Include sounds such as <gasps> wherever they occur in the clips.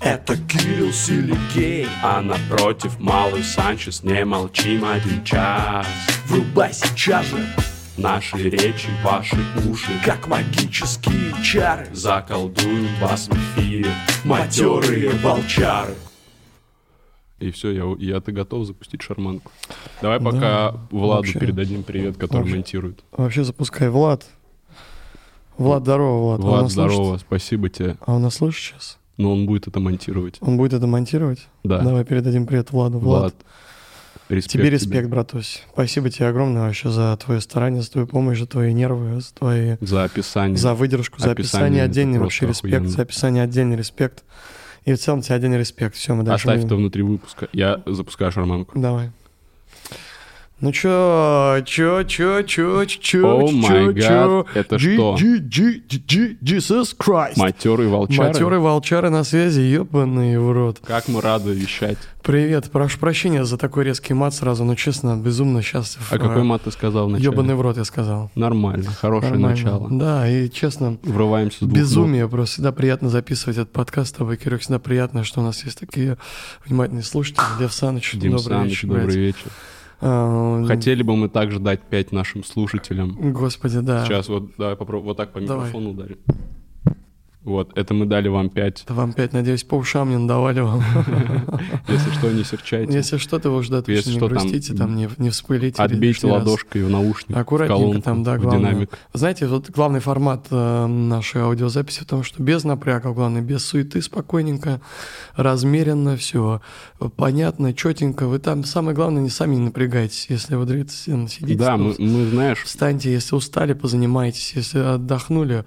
это Кирилл Силикей А напротив Малый Санчес, не молчим один час Врубай сейчас же Наши речи, ваши уши, как магические чары Заколдуют вас в эфире, матерые волчары И все, я, у- я ты готов запустить шарманку. Давай пока Владу Вообще. передадим привет, который Вообще. монтирует. Вообще запускай, Влад. Влад, здорово, Влад. Он Влад, нас слышит? здорово, спасибо тебе. А он нас слышит сейчас? Но он будет это монтировать. Он будет это монтировать? Да. Давай передадим привет Владу. Влад, Влад, респект тебе респект, братусь. Спасибо тебе огромное вообще за твое старание, за твою помощь, за твои нервы, за твои... За описание. За выдержку, за Описание описание это отдельный просто вообще респект, охуенно. за описание отдельный респект. И в целом тебе отдельный респект. Все, мы дальше... Оставь будем. это внутри выпуска. Я запускаю шарманку. Давай. Ну чё, чё, чё, чё, чё, чё, О май чё, чё, гад, это Джи- что? джи- джи- джи- джи- Jesus Christ. Матерый волчары. Матерый волчары на связи, ёбаный в рот. Как мы рады вещать. Привет, прошу прощения за такой резкий мат сразу, но честно, безумно счастлив. А какой Э, мат ты сказал вначале? Ёбаный в рот, я сказал. Нормально, хорошее Нормально. начало. Да, и честно, Врываемся с двух ног. безумие, просто всегда приятно записывать этот подкаст с тобой, Кирюх, всегда приятно, что у нас есть такие внимательные слушатели. Лев Саныч, Дим добрый Саныч, вечер, добрый блядь. вечер. А, Хотели бы мы также дать 5 нашим слушателям. Господи, да. Сейчас вот давай попробуем. Вот так по Давай. микрофону ударим. Вот, это мы дали вам 5. Это вам пять, надеюсь, по ушам не надавали вам. Если что, не серчайте. Если что-то вы уже Если точно не что, там, грустите, там не, не вспылите. Отбейте лишний раз. ладошкой в наушник, в Аккуратненько колонку, там, да, в главное. динамик. Знаете, вот главный формат э, нашей аудиозаписи в том, что без напряга, а главное, без суеты, спокойненько, размеренно, все понятно, четенько. Вы там, самое главное, не сами не напрягайтесь. Если вы дрит- сидите, Да, там, мы, мы, знаешь, встаньте, если устали, позанимайтесь, если отдохнули,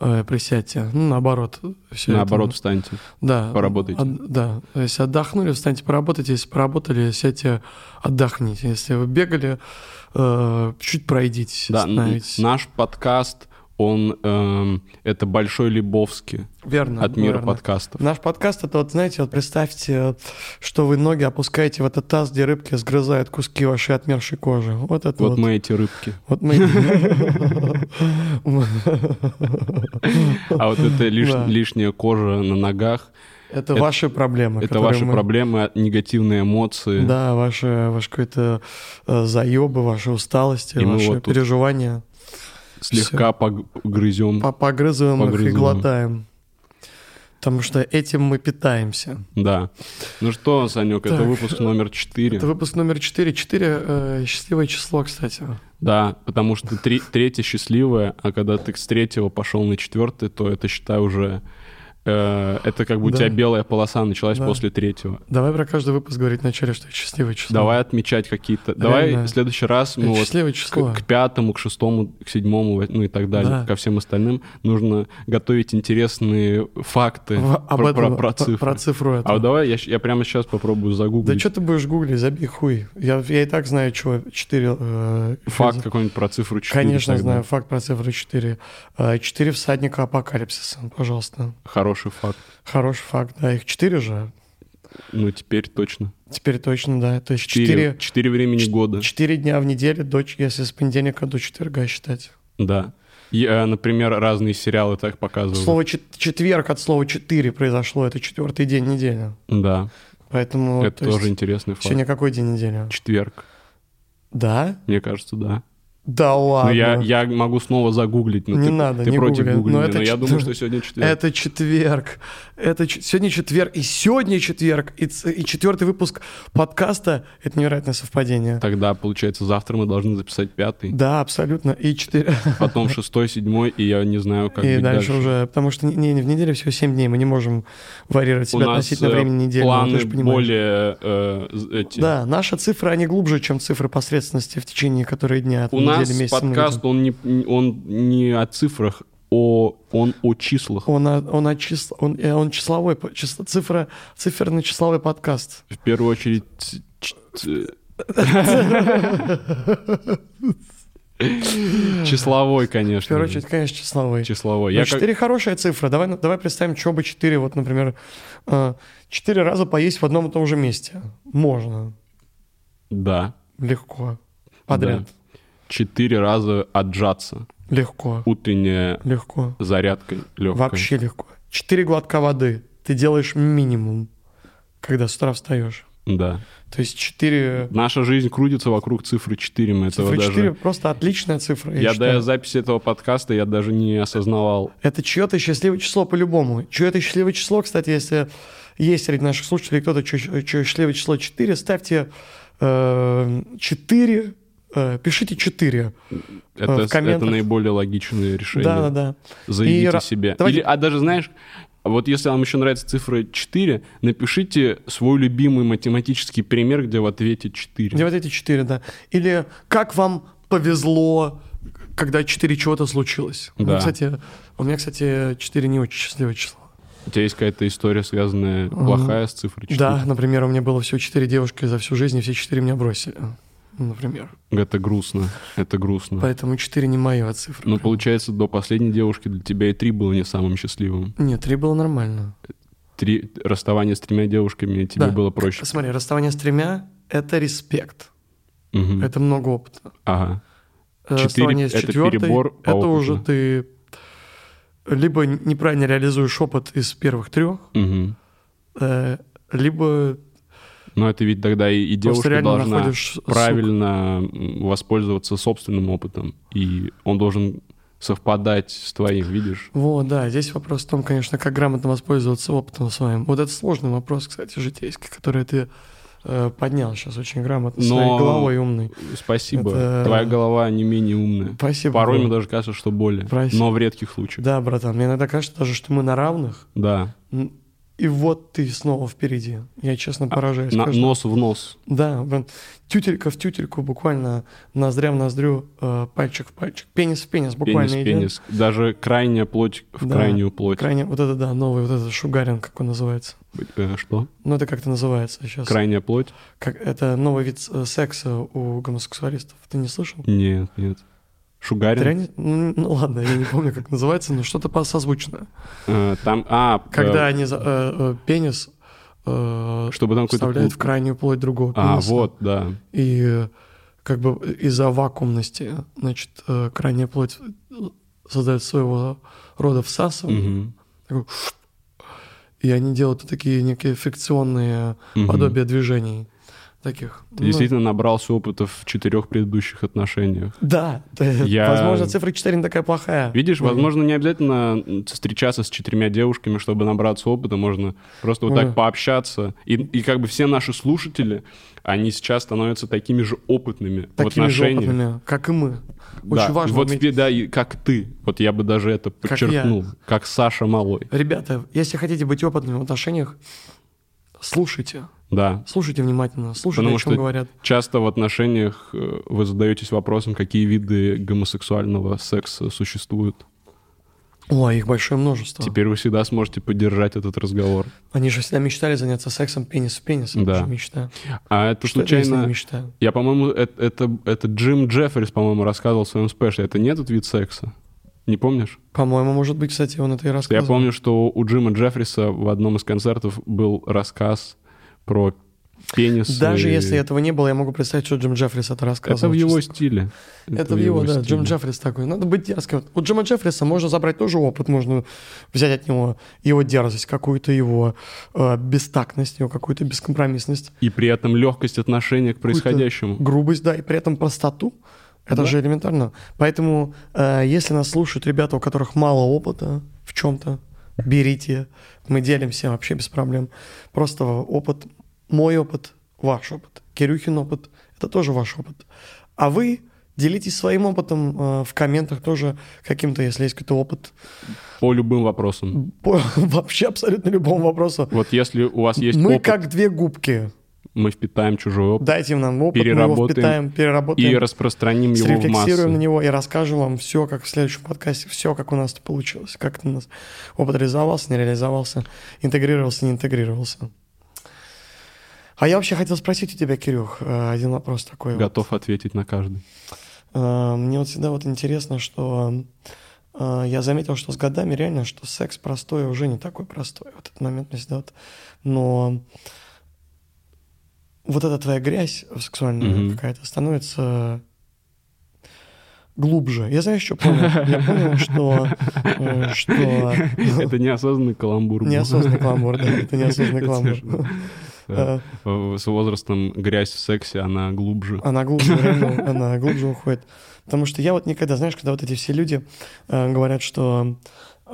э, присядьте. Ну, наоборот. всё это- наоборот встаньте. Да. Поработайте. От- да. Если отдохнули, встаньте поработать. Если поработали, сядьте, отдохните. Если вы бегали, э, чуть пройдитесь, Да, н- остановитесь. наш подкаст, он, эм, это Большой Лебовский Верно. от мира верно. подкастов. Наш подкаст это вот, знаете, вот представьте, что вы ноги опускаете в этот таз, где рыбки сгрызают куски вашей отмершей кожи. Вот это вот. Вот мы эти рыбки. <laughs> Вот мы. А вот это лиш- Да. лишняя кожа на ногах, Это ваши проблемы. это которые ваши мы- проблемы, негативные эмоции. Да, ваши, ваши какой-то э, заебы, ваши усталости, И мы ваши вот тут переживания. Слегка погрызем. По- Погрызываем их и Погрызываем. глотаем. Потому что этим мы питаемся. Да. Ну что, Санек, это Так. выпуск номер 4. Это выпуск номер 4. 4 счастливое число, кстати. Да, потому что три, третье счастливое, а когда ты с третьего пошел на четвертый, то это считай уже. э, это как бы у Да. тебя белая полоса началась Да. после третьего. Давай про каждый выпуск говорить вначале, что это счастливое число. Типа, Давай отмечать какие-то. Давай Реально. в следующий раз Это мы вот счастливое к, число. к пятому, к шестому, к седьмому, ну и так далее, Да. ко всем остальным нужно готовить интересные факты В- про, про- про цифры. про цифру А этого. вот давай я, щ- я прямо сейчас попробую Да загуглить что ты будешь гуглить, забей хуй. Я, я и так знаю, чего 4... факт какой-нибудь про цифру 4. Конечно, тогда. знаю факт про цифру 4. 4 всадника апокалипсиса, пожалуйста. Хороший факт. Хороший факт, да. Их 4 же. Ну теперь точно. Теперь точно, да. То есть 4, Четыре, четыре времени года. Четыре дня в неделю, до, ч- если с понедельника до четверга считать. Да. И, э, например, разные сериалы так показывают. Слово чет- четверг от слова четыре произошло, это четвертый день недели. Да. Поэтому это то есть, тоже интересный факт. сегодня какой день недели? Четверг. Да? Мне кажется, да. Да ладно. Ну, я, я могу снова загуглить, но Не ты, надо, ты не против гугли. Но гугления. Но, это я чет- думаю, что сегодня четверг. Это четверг. Это ч- сегодня четверг, и сегодня четверг, и, ц- и четвертый выпуск подкаста. Это невероятное совпадение. Тогда, получается, завтра мы должны записать пятый, Да, абсолютно. И четыре. потом шестой, седьмой, и я не знаю, как <laughs> и быть дальше, уже, потому что не, не, в неделе всего 7 дней, мы не можем варьировать У себя нас относительно э, времени недели. ну, ты планы же понимаешь. более э, з- эти. Да, наши цифры, они глубже, чем цифры посредственности в течение которой дня, от У недели, нас месяца, ну, подкаст, он не, он не о цифрах, о, он о числах. Он, о- он, о чис- он, э, он числовой, по- чис- цифра, циферно-числовой подкаст. В первую очередь... ц- ч- <laughs> ц- Числовой, конечно. В первую же. очередь, конечно, числовой. Числовой. Но Я как- четыре хорошая цифра. Давай, на- давай представим, что бы четыре, вот, например, э, четыре раза поесть в одном и том же месте. Можно. Да. Легко. Подряд. Четыре раза отжаться. Легко. Утренняя Легко. зарядка легкая. Вообще легко. Четыре глотка воды. ты делаешь минимум, когда с утра встаешь. Да. То есть 4... Наша жизнь крутится вокруг цифры 4. Мы Цифра этого 4 даже... просто отличная цифра, я, Я считаю. до записи этого подкаста я даже не осознавал. Это чье-то счастливое число по-любому. Чье-то счастливое число, кстати, если есть среди наших слушателей кто-то, чье чье счастливое число 4, ставьте э, 4, э, пишите 4. Это, в комментах. это наиболее логичное решение. Да-да-да. И Заявите ра- себе. давайте- Или, а даже, знаешь, вот если вам еще нравится цифра 4, напишите свой любимый математический пример, где в ответе 4. Где вот эти 4, да. Или как вам повезло, когда 4 чего-то случилось. У, меня, Да. кстати, у меня, кстати, 4 не очень счастливое число. У тебя есть какая-то история, связанная плохая с цифрой 4? Да, например, у меня было всего 4 девушки за всю жизнь, и все 4 меня бросили. Например. Это грустно. Это грустно. Поэтому 4 не моя цифра. Ну, получается, до последней девушки для тебя и три было не самым счастливым. Нет, 3 было нормально. Три расставание с тремя девушками тебе Да. было проще. Смотри, расставание с тремя — это респект. Мгм. Это много опыта. Ага. Э, Четыре- Расставание с это четвертой перебор а по это опыту. уже ты либо неправильно реализуешь опыт из первых трех, Мгм. э, либо Но это ведь тогда и, и Просто девушка реально должна находишь сук. правильно м, воспользоваться собственным опытом. И он должен совпадать с твоим, видишь? Вот, да, здесь вопрос в том, конечно, как грамотно воспользоваться опытом своим. Вот это сложный вопрос, кстати, житейский, который ты э, поднял сейчас очень грамотно, Но- своей головой умный. Спасибо. Это- Твоя голова не менее умная. Спасибо. Порой брат. мне даже кажется, что более. Спасибо. Но в редких случаях. Да, братан, мне иногда кажется даже, что мы на равных, Да. М, и вот ты снова впереди. Я, честно, поражаюсь. А, На- ну каждый- нос в нос. Да, блин, тютелька в тютельку, буквально ноздря в ноздрю, э, пальчик в пальчик, пенис в пенис, буквально Пенис, идём. пенис. Даже крайняя плоть в Да. крайнюю плоть. Крайне, вот это да, новый, вот это шугарин, как он называется. Э, что? Ну, это как-то называется сейчас. Крайняя плоть? Как, это новый вид э, секса у гомосексуалистов. Ты не слышал? Нет, нет. Ты Шугарин? реально- Ну ну ладно, я не помню, как называется, но что-то по- созвучно. Э, там, а, э, Когда они за- э, э, пенис э, чтобы там какой-то... вставляют в клуб- крайнюю плоть другого А, пениса. вот, да. И э, как бы из-за вакуумности, значит, э, крайняя плоть э, создает своего рода всасывание. Мгм. Такой И они делают такие некие фрикционные Мгм. подобия движений таких. Ты Ну, действительно набрался опыта в четырех предыдущих отношениях. Да, т- Я- возможно, цифра 4 не такая плохая. Видишь, Ну, возможно, не обязательно м, встречаться с четырьмя девушками, чтобы набраться опыта. Можно просто вот Ага. так пообщаться. И, и как бы все наши слушатели, они сейчас становятся такими же опытными в Такими же отношениях. опытными, как и мы. Да, Очень важно Вот уметь- тебе, да, и как ты. Вот я бы даже это я. подчеркнул. Как, Саша Малой. Ребята, если хотите быть опытными в отношениях, слушайте. Да. Слушайте внимательно, слушайте, Потому о чем что- говорят. Часто в отношениях э, вы задаетесь вопросом, какие виды гомосексуального секса существуют. Ой, их большое множество. Теперь вы всегда сможете поддержать этот разговор. Они же всегда мечтали заняться сексом пенис в пенис. Это Да. же мечта. А это Что это, если не случайно... мечта? Я, по-моему, это, это, это Джим Джеффрис, по-моему, рассказывал в своем спешле. Это не этот вид секса? Не помнишь? По-моему, может быть, кстати, он это и Я рассказывал. помню, что у Джима Джеффриса в одном из концертов был рассказ про пенис. Даже и- если этого не было, я могу представить, что Джим Джеффрис это рассказывал. Это в его честно. стиле. Это в его, стиле. да. Джим Джеффрис такой. Надо быть дерзким. У Джима Джеффриса можно забрать тоже опыт, можно взять от него его дерзость, какую-то его э, бестактность, его какую-то бескомпромиссность, И при этом легкость отношения к происходящему. грубость, да, и при этом простоту. Это Да. же элементарно. Поэтому, э, если нас слушают ребята, у которых мало опыта в чем-то, берите. Мы делимся вообще без проблем. Просто опыт, мой опыт, ваш опыт, Кирюхин опыт, это тоже ваш опыт. А вы делитесь своим опытом э, в комментах тоже каким-то, если есть какой-то опыт, По любым вопросам. по <laughs> вообще абсолютно любому вопросу. Вот если у вас есть мы опыт, как две губки. мы впитаем чужой опыт Дайте нам опыт, мы его Переработаем впитаем, переработаем. и распространим его в Срефлексируем на массы. него и расскажем вам все, как в следующем подкасте, все, как у нас это получилось, как это у нас опыт реализовался, не реализовался, интегрировался, не интегрировался. А я вообще хотел спросить у тебя, Кирюх, э, один вопрос такой. вот. Готов ответить на <laughs> каждый. Э, Мне вот всегда вот интересно, что э, я заметил, что с годами реально, что секс простой а уже не такой простой. Вот этот момент мне всегда вот... Но вот эта твоя грязь сексуальная Мгм. какая-то становится глубже. Я знаю, что понял. Я понял, что, э, что Это неосознанный каламбур. был. неосознанный а. каламбур, да, это неосознанный Э, Это каламбур. смешно. <laughs> Да. В- С возрастом грязь в сексе, она глубже. Она глубже, реально, <laughs> она глубже уходит. Потому что я вот никогда, знаешь, когда вот эти все люди э, говорят, что э,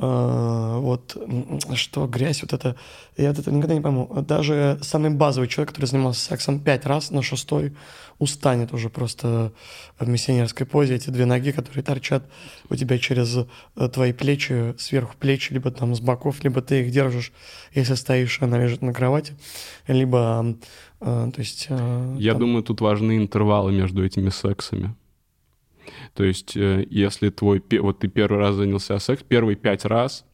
вот м, что грязь, вот это, я вот это никогда не пойму. Даже самый базовый человек, который занимался сексом пять раз, на шестой устанет уже просто в миссионерской позе эти две ноги, которые торчат у тебя через э, твои плечи, сверху плечи, либо там с боков, либо ты их держишь, если стоишь, она лежит на кровати, либо, э, то есть... э, Я там- думаю, тут важны интервалы между этими сексами. То есть, э, если твой... пе- Вот ты первый раз занялся секс, первые пять раз,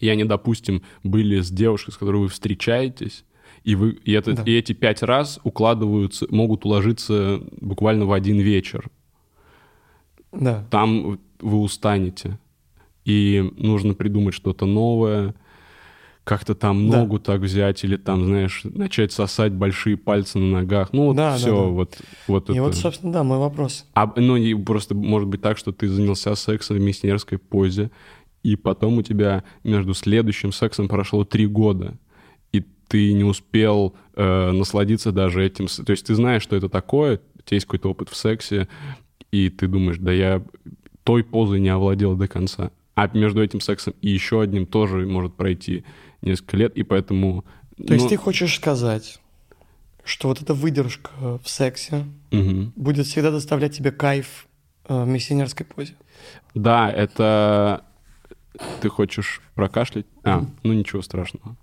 и они, допустим, были с девушкой, с которой вы встречаетесь, и, вы, и, это- Да. и эти пять раз укладываются, могут уложиться буквально в один вечер. Да. Там вы устанете. И нужно придумать что-то новое, как-то там Да. ногу так взять, или там, знаешь, начать сосать большие пальцы на ногах. Ну вот Да, да, все, да. вот, вот И это. вот, собственно, да, мой вопрос. А, ну, и просто может быть так, что ты занялся сексом в миссионерской позе, и потом у тебя между следующим сексом прошло три года, и ты не успел э, насладиться даже этим. с- То есть ты знаешь, что это такое, у тебя есть какой-то опыт в сексе, и ты думаешь, да я той позой не овладел до конца. А между этим сексом и еще одним тоже может пройти несколько лет, и поэтому... То Ну, есть ты хочешь сказать, что вот эта выдержка в сексе будет всегда доставлять тебе кайф э, в миссионерской позе? Да, это... Ты хочешь прокашлять? А, ну ничего страшного.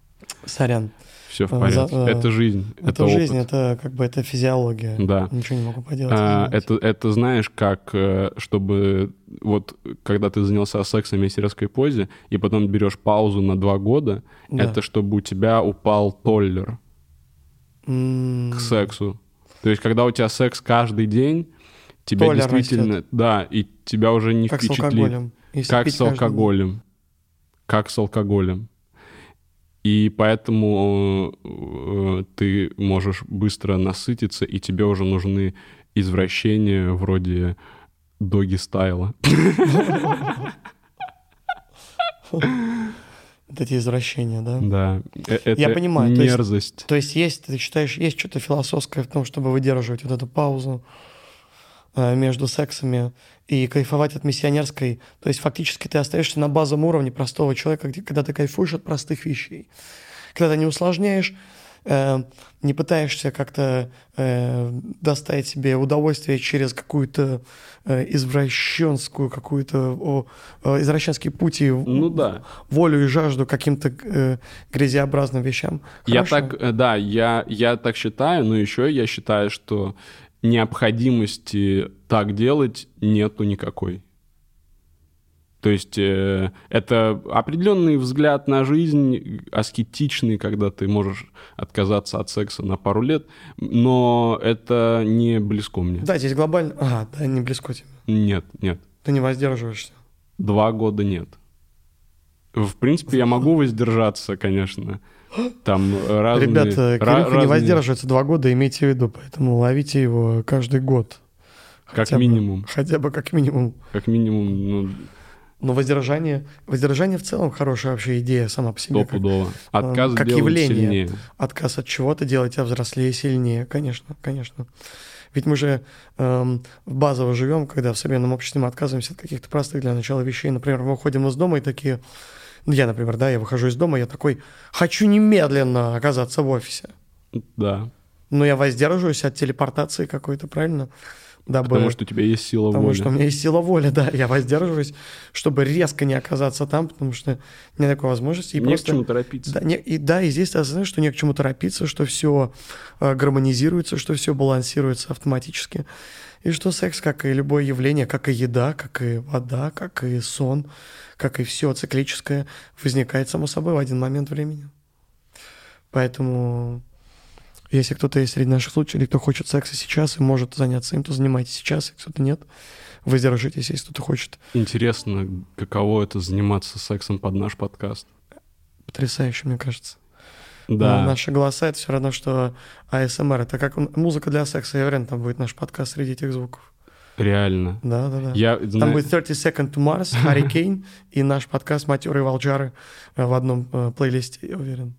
Сорян. Все в А, порядке. за- а, это жизнь. Это, Это, жизнь, опыт. это как бы это физиология. Да. Ничего не могу поделать. А, извините. это, это знаешь, как, э, чтобы вот когда ты занялся сексом в миссионерской позе, и потом берешь паузу на два года, Да. это чтобы у тебя упал толлер М, к сексу. То есть, когда у тебя секс каждый день, тебя Толлер действительно, да, и тебя уже не Как с впечатлит. алкоголем. Если как пить с каждый день. алкоголем. Как с алкоголем. И поэтому э, ты можешь быстро насытиться, и тебе уже нужны извращения вроде доги стайла. <laughs> Вот эти извращения, да? Да. Э- Это Я понимаю, то есть- Мерзость. То есть есть, ты считаешь, есть что-то философское в том, чтобы выдерживать вот эту паузу э, между сексами и кайфовать от миссионерской. То есть фактически ты остаешься на базовом уровне простого человека, где, когда ты кайфуешь от простых вещей. Когда ты не усложняешь, э, не пытаешься как-то э, доставить себе удовольствие через какую-то э, извращенскую, какую-то о, э, извращенские пути, Ну да. волю и жажду к каким-то э, грязеобразным вещам. Я Хорошо? так, э, да, я, я так считаю, но еще я считаю, что необходимости так делать нету никакой. То есть э, это определенный взгляд на жизнь, аскетичный, когда ты можешь отказаться от секса на пару лет, но это не близко мне. Да, здесь глобально... Ага, да, не близко тебе. Нет, нет. Ты не воздерживаешься. Два года нет. В принципе, я могу воздержаться, <gasps> конечно. Там э, разные... Ребята, ра- Кирюха не разные- воздерживается два года, имейте в виду, поэтому ловите его каждый год. Как Хотя бы- минимум. хотя бы как минимум. Как минимум, ну, Но воздержание, воздержание в целом хорошая вообще идея сама по себе. Как, а, стопудово. Отказ как делать явление. сильнее. отказ от чего-то делает тебя взрослее и сильнее, конечно, конечно. Ведь мы же эм, базово живем, когда в современном обществе мы отказываемся от каких-то простых для начала вещей. Например, мы выходим из дома и такие... Ну, я, например, да, я выхожу из дома, я такой, хочу немедленно оказаться в офисе. Да. Но я воздерживаюсь от телепортации какой-то, правильно? Дабы... Потому что у тебя есть сила потому воли. что у меня есть сила воли, <laughs> да. Я воздерживаюсь, чтобы резко не оказаться там, потому что нет такой возможности. И Не просто... к чему торопиться. Да, не- и, да, и здесь ты осознаешь, что не к чему торопиться, что все гармонизируется, что все балансируется автоматически. И что секс, как и любое явление, как и еда, как и вода, как и сон, как и все циклическое, возникает само собой в один момент времени. Поэтому, если кто-то есть среди наших слушателей, кто хочет секса сейчас и может заняться им, то занимайтесь сейчас, если кто-то нет, воздержитесь, если кто-то хочет. Интересно, каково это заниматься сексом под наш подкаст. Потрясающе, мне кажется. Да. Но Наши голоса это все А равно, что АСМР. Это как м- музыка для секса. Я уверен, там будет наш подкаст среди этих звуков. Реально. Да, да, да. Я, Там зна- будет 30 Second <laughs> to Mars, Hurricane и наш подкаст «Матеры и волчары» э, в одном э, плейлисте, я уверен.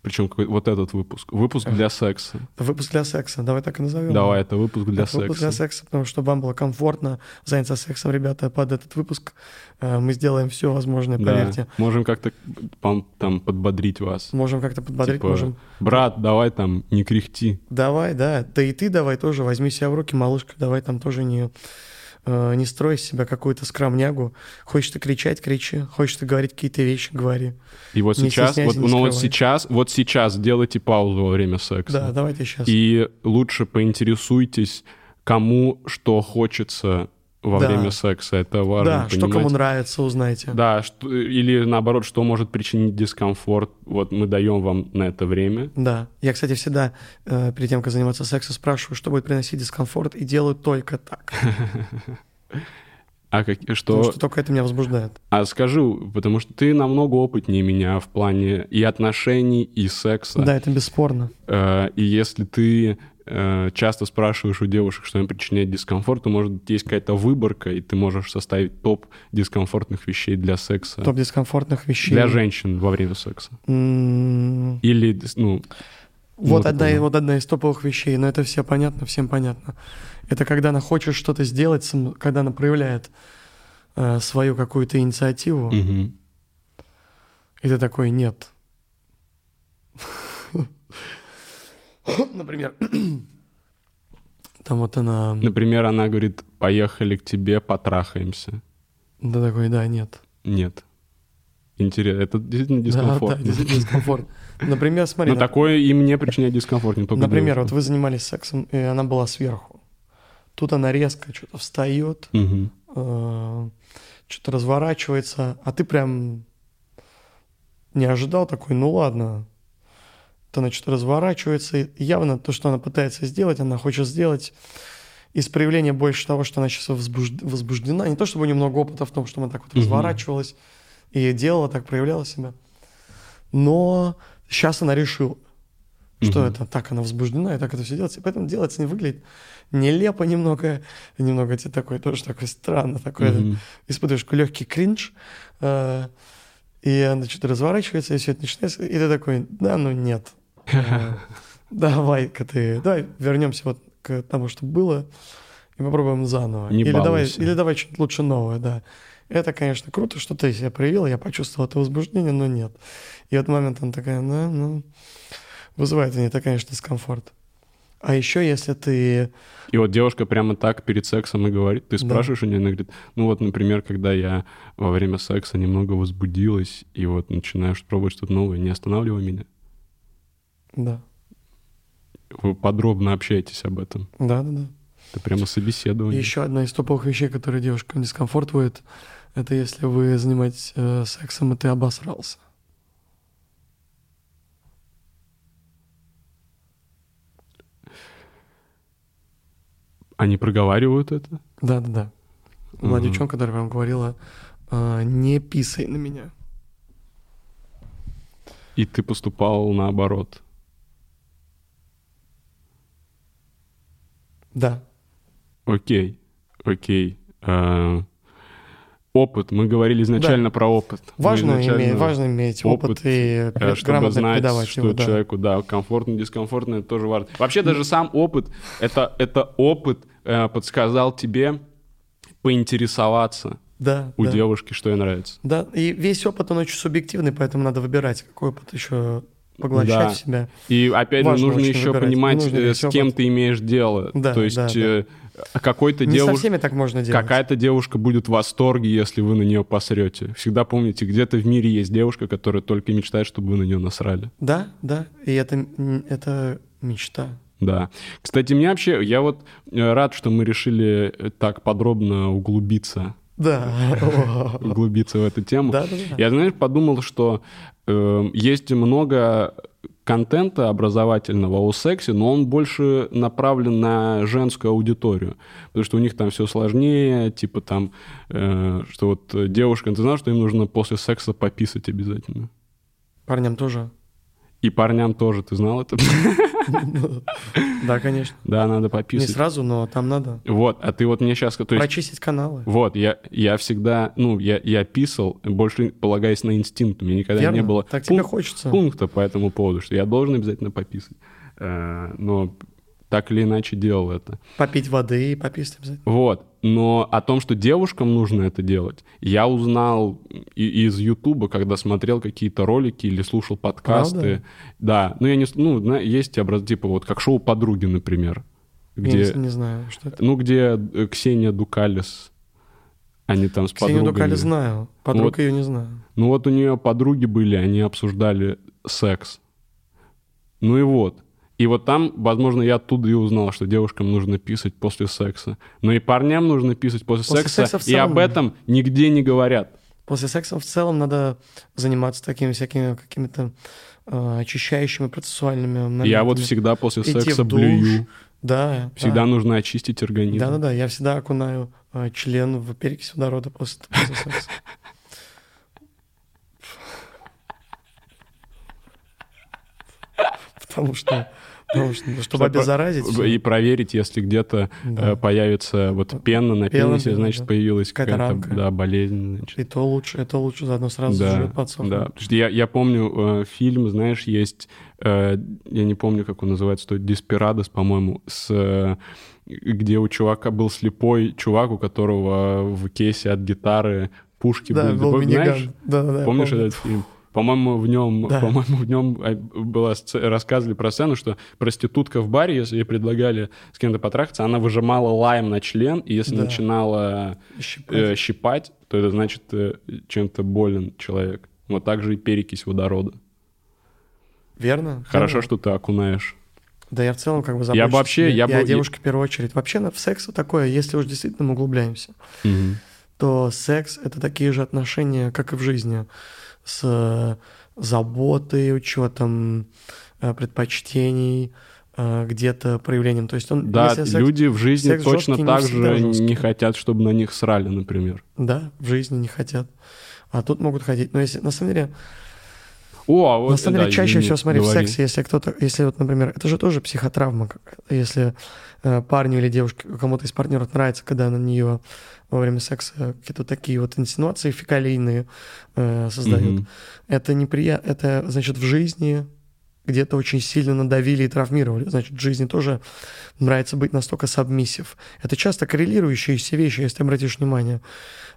Причем какой- вот этот выпуск. Выпуск для секса. Выпуск для секса, давай так и назовем. Давай, это выпуск для Это выпуск секса. для секса, потому что вам было комфортно заняться сексом, ребята, под этот выпуск. э, Мы сделаем все возможное, Да. поверьте. Можем как-то пам- там подбодрить вас. Можем как-то подбодрить, Типа, можем. брат, давай там не кряхти. Давай, да. Да и ты давай тоже возьми себя в руки, малышка, давай там тоже не, э, не строй из себя какую-то скромнягу. Хочешь ты кричать, кричи. Хочешь ты говорить какие-то вещи, говори. И вот Не сейчас, вот, стесняйся, не ну вот скрывай. сейчас, вот сейчас делайте паузу во время секса. Да, давайте сейчас. И лучше поинтересуйтесь, кому что хочется во Да. время секса. Это важно. Да, что кому понимать. нравится, узнайте. Да, что- или наоборот, что может причинить дискомфорт. Вот мы даем вам на это время. Да. Я, кстати, всегда э, перед тем, как заниматься сексом, спрашиваю, что будет приносить дискомфорт, и делаю только так. А как, что, Потому что только это меня возбуждает. А скажу, потому что ты намного опытнее меня в плане и отношений, и секса. Да, это бесспорно. Э, И если ты э, часто спрашиваешь у девушек, что им причиняет дискомфорт, то, может, быть, есть какая-то выборка, и ты можешь составить топ дискомфортных вещей для секса. Топ дискомфортных вещей. М-м-м. Для женщин во время секса. М, Или, дис- ну, Вот, Вот одна, это вот одна из топовых вещей, но это все понятно, всем понятно. Это когда она хочет что-то сделать, сам- когда она проявляет э, свою какую-то инициативу, мгм. и ты <laughs> такой нет. Например, <clears throat> там вот она. например, она говорит, поехали к тебе, потрахаемся. Да, такой, да, нет. Нет. Интересно, это действительно Да, дискомфорт. Да, действительно дискомфорт. Например, смотри, Но нап- такое и мне причиняет дискомфорт, не только например, вот девушкам. вы занимались сексом, и она была сверху. Тут она резко что-то встает, Мгм. э, что-то разворачивается, а ты прям не ожидал такой, ну ладно. Вот она что-то разворачивается, и явно то, что она пытается сделать, она хочет сделать из проявления больше того, что она сейчас возбужд- возбуждена. Не то, чтобы немного опыта в том, что она так вот Мгм. разворачивалась и делала, так проявляла себя. Но сейчас она решила, что Мгм. это так она возбуждена, и так это все делается. И поэтому делается не выглядит нелепо немного, немного тебе такое тоже такое странно, такое Мгм. испытываешь легкий кринж, э, и она что-то разворачивается, и все это начинается, и ты такой, да, ну нет. <laughs> Э, Давай-ка ты, давай вернемся вот к тому, что было, и попробуем заново. Не или, давай, балуйся. или давай что-то лучше новое, да. Это, конечно, круто, что ты себя проявил, я почувствовал это возбуждение, но нет. И вот момент она такая, ну, ну, вызывает у нее это, конечно, дискомфорт. А еще, если ты... И вот девушка прямо так перед сексом и говорит, ты Да. спрашиваешь у нее, она говорит, ну вот, например, когда я во время секса немного возбудилась, и вот начинаешь пробовать что-то новое, не останавливай меня. Да, Вы подробно общаетесь об этом. да, да, да. Это прямо собеседование. Еще одна из топовых вещей, которые девушкам дискомфортует, это если вы занимаетесь э, сексом, и ты обосрался. Они проговаривают это? Да-да-да. Была Мгм. девчонка, которая вам говорила, э, не писай на меня. И ты поступал наоборот. Ну, Да. Окей, окей. Э, Опыт. Мы говорили изначально про опыт. Мы Важно, изначально- иметь, важно иметь опыт, опыт, и Э, э, чтобы грамотно знать, передавать что его, да. человеку, да, комфортно, дискомфортно, это тоже важно. Вообще даже сам опыт, это, это опыт э, подсказал тебе поинтересоваться Да, у да. девушки, что ей нравится. Да, и весь опыт, он очень субъективный, поэтому надо выбирать, какой опыт еще поглощать Да. в себя. И опять же, Важно нужно очень еще выбирать, понимать, нужно э, весь с кем опыт. ты имеешь дело. Да, То есть да, да. э, какой-то Не со девушке... всеми так можно делать. Какая-то девушка будет в восторге, если вы на нее посрете. Всегда помните, где-то в мире есть девушка, которая только мечтает, чтобы вы на нее насрали. Да, да, и это, м- это мечта. Да. Кстати, мне вообще, я вот э, рад, что мы решили э, так подробно углубиться, <laughs> Да. углубиться в эту тему. Да, да, да. Я, знаешь, подумал, что э, есть много контента образовательного о сексе, но он больше направлен на женскую аудиторию, потому что у них там все сложнее, типа там, э, что вот э, девушка, ты знал, что им нужно после секса пописать обязательно? Парням тоже. <laughs> И парням тоже, ты знал это? Да, конечно. Да, надо Не пописать. сразу, но там надо Вот, а ты вот мне сейчас... То есть, прочистить каналы. вот, я, я всегда, ну, я, я писал, больше полагаясь на инстинкт. У меня никогда не Верно. было Так тебе пунк- хочется. пункта по этому поводу, что я должен обязательно пописать. Э, Но так или иначе делал это. Попить воды и пописать обязательно. Вот. Но о том, что девушкам нужно это делать, я узнал и- из Ютуба, когда смотрел какие-то ролики или слушал подкасты. Да. Ну, я не... с- Ну, зна- есть образ типа вот как шоу «Подруги», например. Где... Я не- не знаю, что это. Ну, где э, Ксения Дукалис. Они там с Ксению подругами. Дукали знаю, подруг Вот. ее не знаю. Ну вот у нее подруги были, они обсуждали секс. Ну и вот. И вот там, возможно, я оттуда и узнал, что девушкам нужно писать после секса. Но и парням нужно писать после, После секса, секса в и об целом. этом нигде не говорят. После секса в целом надо заниматься такими всякими какими-то э, очищающими процессуальными моментами. я вот всегда после Идти в секса душ, блюю. Да, Всегда нужно очистить организм. Да, да, да. Я всегда окунаю э, член в перекись водорода после, после секса. Потому что, потому что, ну, чтобы, обеззаразить. всё. И проверить, если где-то Да. э, появится вот пена на Пена, пенисе, да, значит, да. появилась Какая-то какая-то рамка. да, болезнь. значит. И то лучше, и то лучше заодно сразу Да, жрет подсохнет. Да, Потому что я, я помню э, фильм, знаешь, есть, э, я не помню, как он называется, то Деспирадос, по-моему, с, э, где у чувака был слепой чувак, у которого в кейсе от гитары пушки Да, были. был Пом- миниган. Типа знаешь, Да, да, да, я Помнишь помню. этот фильм? По-моему, в нем, Да. по-моему, в нем э, была сц- рассказывали про сцену, что проститутка в баре, если ей предлагали с кем-то потрахаться, она выжимала лайм на член, и если Да. начинала Щипать. э, щипать, то это значит э, чем-то болен человек. Вот так же и перекись водорода. Верно? Хорошо, верно. что ты окунаешь. Да, я в целом как бы Я бы забочусь вообще- себе я и о бы- девушке в первую очередь. Вообще на- в секс вот такое, если уж действительно мы углубляемся, Мгм. то секс — это такие же отношения, как и в жизни, с э, заботой, учетом э, предпочтений, э, где-то проявлением. То есть он... Да, если секс- люди в жизни секс точно жесткий, не так всегда же жесткий. не хотят, чтобы на них срали, например. Да, в жизни не хотят. А тут могут ходить. Но если, на самом деле, О, а вот, на самом деле да, чаще извини, всего, смотри, в говори. сексе, если кто-то, если вот, например, это же тоже психотравма, как- если э, парню или девушке, кому-то из партнеров нравится, когда на нее во время секса какие-то такие вот инсинуации фекалийные э, создают. Мгм. Это неприятно, это значит в жизни где-то очень сильно надавили и травмировали. Значит, в жизни тоже нравится быть настолько сабмиссив. Это часто коррелирующиеся вещи, если ты обратишь внимание.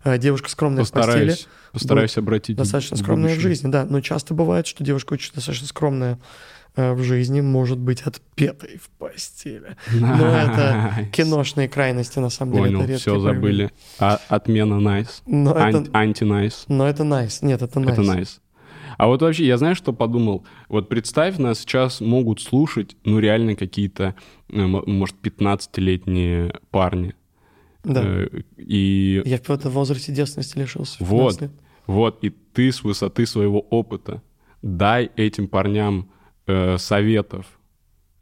Э, Девушка скромная в постели, Постараюсь, постараюсь обратить достаточно скромная в будущее. жизни, да. Но часто бывает, что девушка очень достаточно скромная э, в жизни может быть отпетой в постели. Но <laughs> это Найс. киношные крайности, на самом деле. это Понял, редкий все проявление. забыли. А- отмена найс. Но Ан- это... Анти-найс. Но это найс. Нет, это найс. Это найс. А вот вообще, я знаю, что подумал? Вот представь, нас сейчас могут слушать, ну, реально какие-то, э, м- может, 15-летние парни. Да. Э, И Я в каком-то возрасте девственности лишился. в 15 вот, лет. вот, и ты с высоты своего опыта дай этим парням э, советов.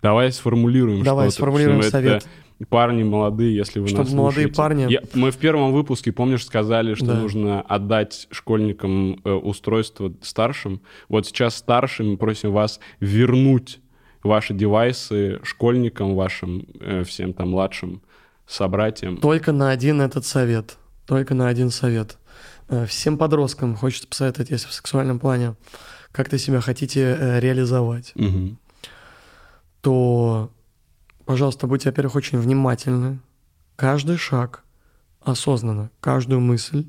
Давай сформулируем Давай что-то, сформулируем потому что это Парни молодые, если вы Чтобы нас молодые слушаете. парни- Я- мы в первом выпуске, помнишь, сказали, что Да. нужно отдать школьникам э, устройство старшим. Вот сейчас старшим просим вас вернуть ваши девайсы школьникам вашим, э, всем там младшим собратьям. Только на один этот совет. Только на один совет. Э, Всем подросткам хочется посоветовать, если в сексуальном плане как-то себя хотите э, реализовать, Мгм. то, пожалуйста, будьте, во-первых, очень внимательны. Каждый шаг осознанно, каждую мысль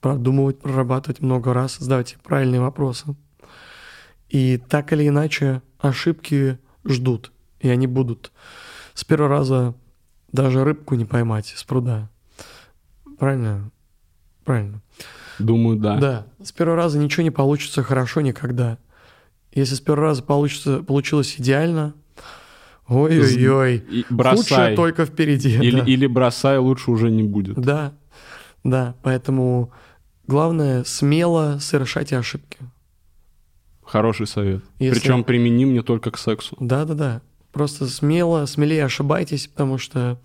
продумывать, прорабатывать много раз, задавать правильные вопросы. И так или иначе ошибки ждут, и они будут. С первого раза даже рыбку не поймать из пруда. Правильно? Правильно. Думаю, да. Да, с первого раза ничего не получится хорошо никогда. Если с первого раза получится, получилось идеально, ой-ой-ой, И худшее бросай. только впереди. <laughs> Или, да. или бросай, лучше уже не будет. Да, да, поэтому главное смело совершайте ошибки. Хороший совет. Если- Причем применим не только к сексу. Да, да, да. Просто смело, смелее ошибайтесь, потому что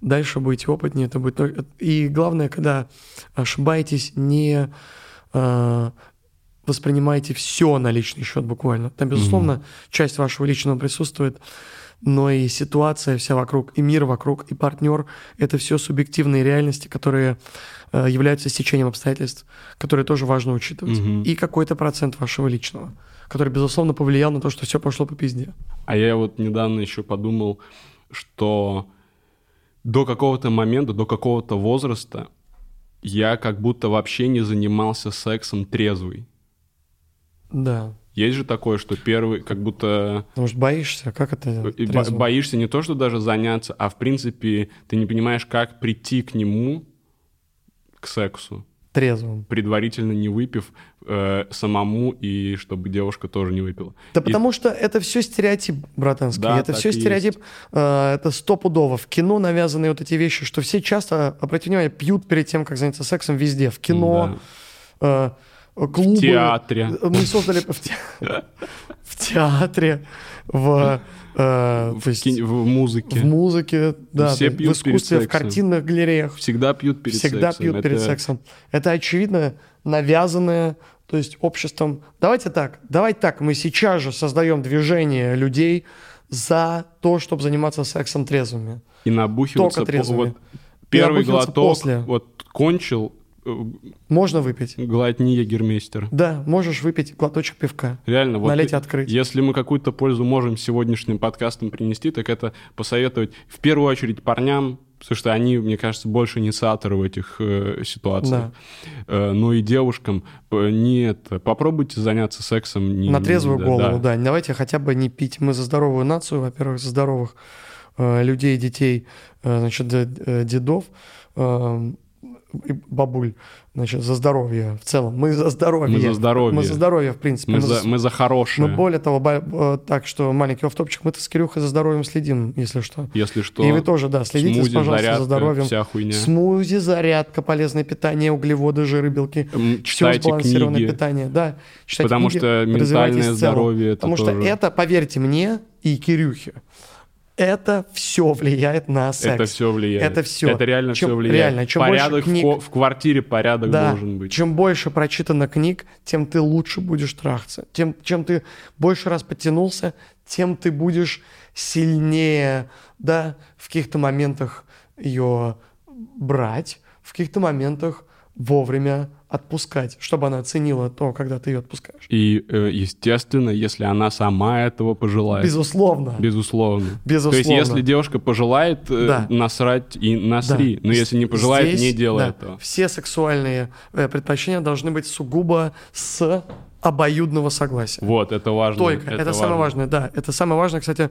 дальше будете опытнее, это будет. только- И главное, когда ошибаетесь, не э, воспринимаете все на личный счет буквально. Там, безусловно, часть вашего личного присутствует, но и ситуация вся вокруг, и мир вокруг, и партнер — это все субъективные реальности, которые э, являются стечением обстоятельств, которые тоже важно учитывать. Мгм. И какой-то процент вашего личного, который, безусловно, повлиял на то, что все пошло по пизде. А я вот недавно еще подумал, что до какого-то момента, до какого-то возраста я как будто вообще не занимался сексом трезвый. Да. Есть же такое, что первый, как будто э, Потому что боишься, как это? И бо- трезво? боишься не то, что даже заняться, а в принципе ты не понимаешь, как прийти к нему, к сексу, Трезвым. предварительно не выпив э, самому и чтобы девушка тоже не выпила. Да И- потому что это все стереотип, братанский. Да, это так все и стереотип, э, это стопудово. В кино навязаны вот эти вещи, что все часто, а, обратите внимание, пьют перед тем, как заняться сексом везде. В кино, э, клубы. В театре. Э, Мы создали в те- в театре, в... э, В, то есть кине- в музыке. в музыке, да, Все в пьют перед искусстве, в сексом. картинных галереях, Всегда пьют перед всегда сексом. пьют перед Это- сексом. Это очевидно навязанное, то есть обществом. Давайте так, давайте так, мы сейчас же создаем движение людей за то, чтобы заниматься сексом трезвыми. И набухиваться. Только трезвыми. вот первый набухиваться глоток, после. вот кончил, э, Можно выпить? глотни егермейстер. Да, можешь выпить глоточек пивка. Реально, вот Налить и е- открыть. если мы какую-то пользу можем сегодняшним подкастом принести, так это посоветовать в первую очередь парням, потому что они, мне кажется, больше инициаторы в этих э, ситуациях. Э, но и девушкам п- нет, попробуйте заняться сексом. не- На трезвую да, голову, да. да. Давайте хотя бы не пить. Мы за здоровую нацию, во-первых, за здоровых э, людей, детей, э, значит, д- э, дедов э, и бабуль, значит, за здоровье в целом. Мы за здоровье. Мы за здоровье. Мы за здоровье, в принципе. Мы, Мы за, за- мы за хорошее, мы более того, ба- э, так что маленький офтопчик, мы-то с Кирюхой за здоровьем следим, если что. если что. И вы тоже, да, следите, Смузи, пожалуйста, зарядка, за здоровьем. вся хуйня. Смузи, зарядка, полезное питание, углеводы, жиры, белки. М, Все читайте сбалансированное книги. питание, да. Читайте Потому книги, что ментальное развивайтесь в целом. здоровье это Потому что тоже- это, поверьте мне и Кирюхе, это все влияет на секс. Это все влияет. Это всё. Это реально Чем- все влияет. реально, чем больше порядок в книг- ко- в, квартире порядок Да. должен быть. Чем больше прочитано книг, тем ты лучше будешь трахаться. Тем, чем ты больше раз подтянулся, тем ты будешь сильнее, да, в каких-то моментах ее брать, в каких-то моментах вовремя отпускать, чтобы она оценила то, когда ты ее отпускаешь. И, э, естественно, если она сама этого пожелает. Безусловно. Безусловно. Безусловно. То есть, если девушка пожелает э, Да. насрать и Да. насри, но если не пожелает, Здесь, не делай да, этого. Все сексуальные э, предпочтения должны быть сугубо с обоюдного согласия. Вот, это важно. Только. Это, самое важное, да. Это самое важное, кстати,